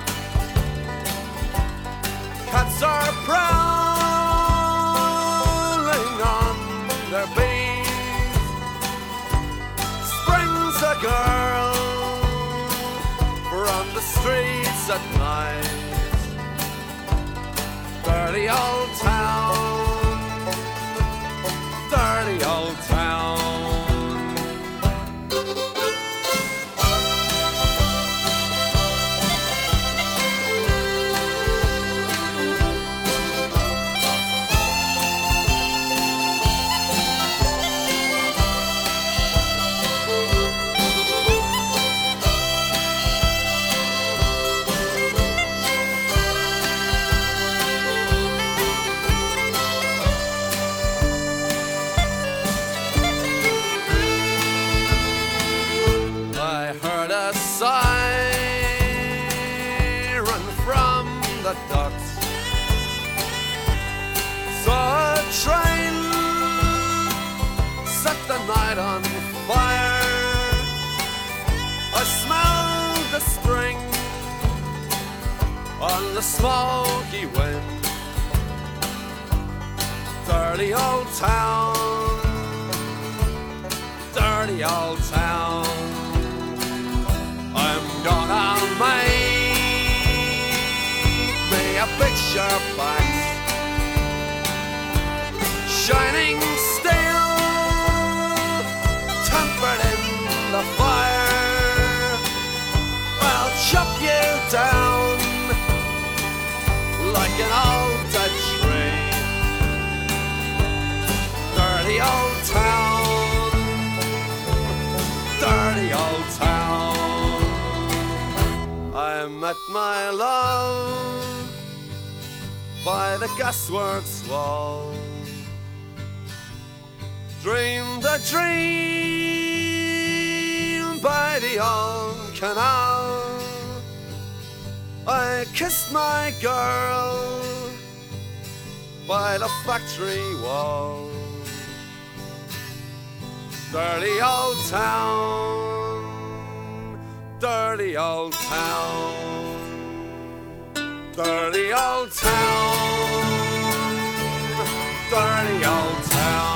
Speaker 3: Cats are prowling on their beat springs a girl from the streets at night. Dirty old town, dirty old town. I heard a siren from the docks. Saw a train set the night on fire. I smelled the spring on the smoky wind. Dirty old town, dirty old town. I'm gonna make me a picture box Shining steel Tempered in the fire I'll chop you down Like an old dead tree Dirty old town dirty old town. I met my love by the gasworks wall. Dreamed a dream by the old canal. I kissed my girl by the factory wall dirty old town, dirty old town, dirty old town, dirty old town.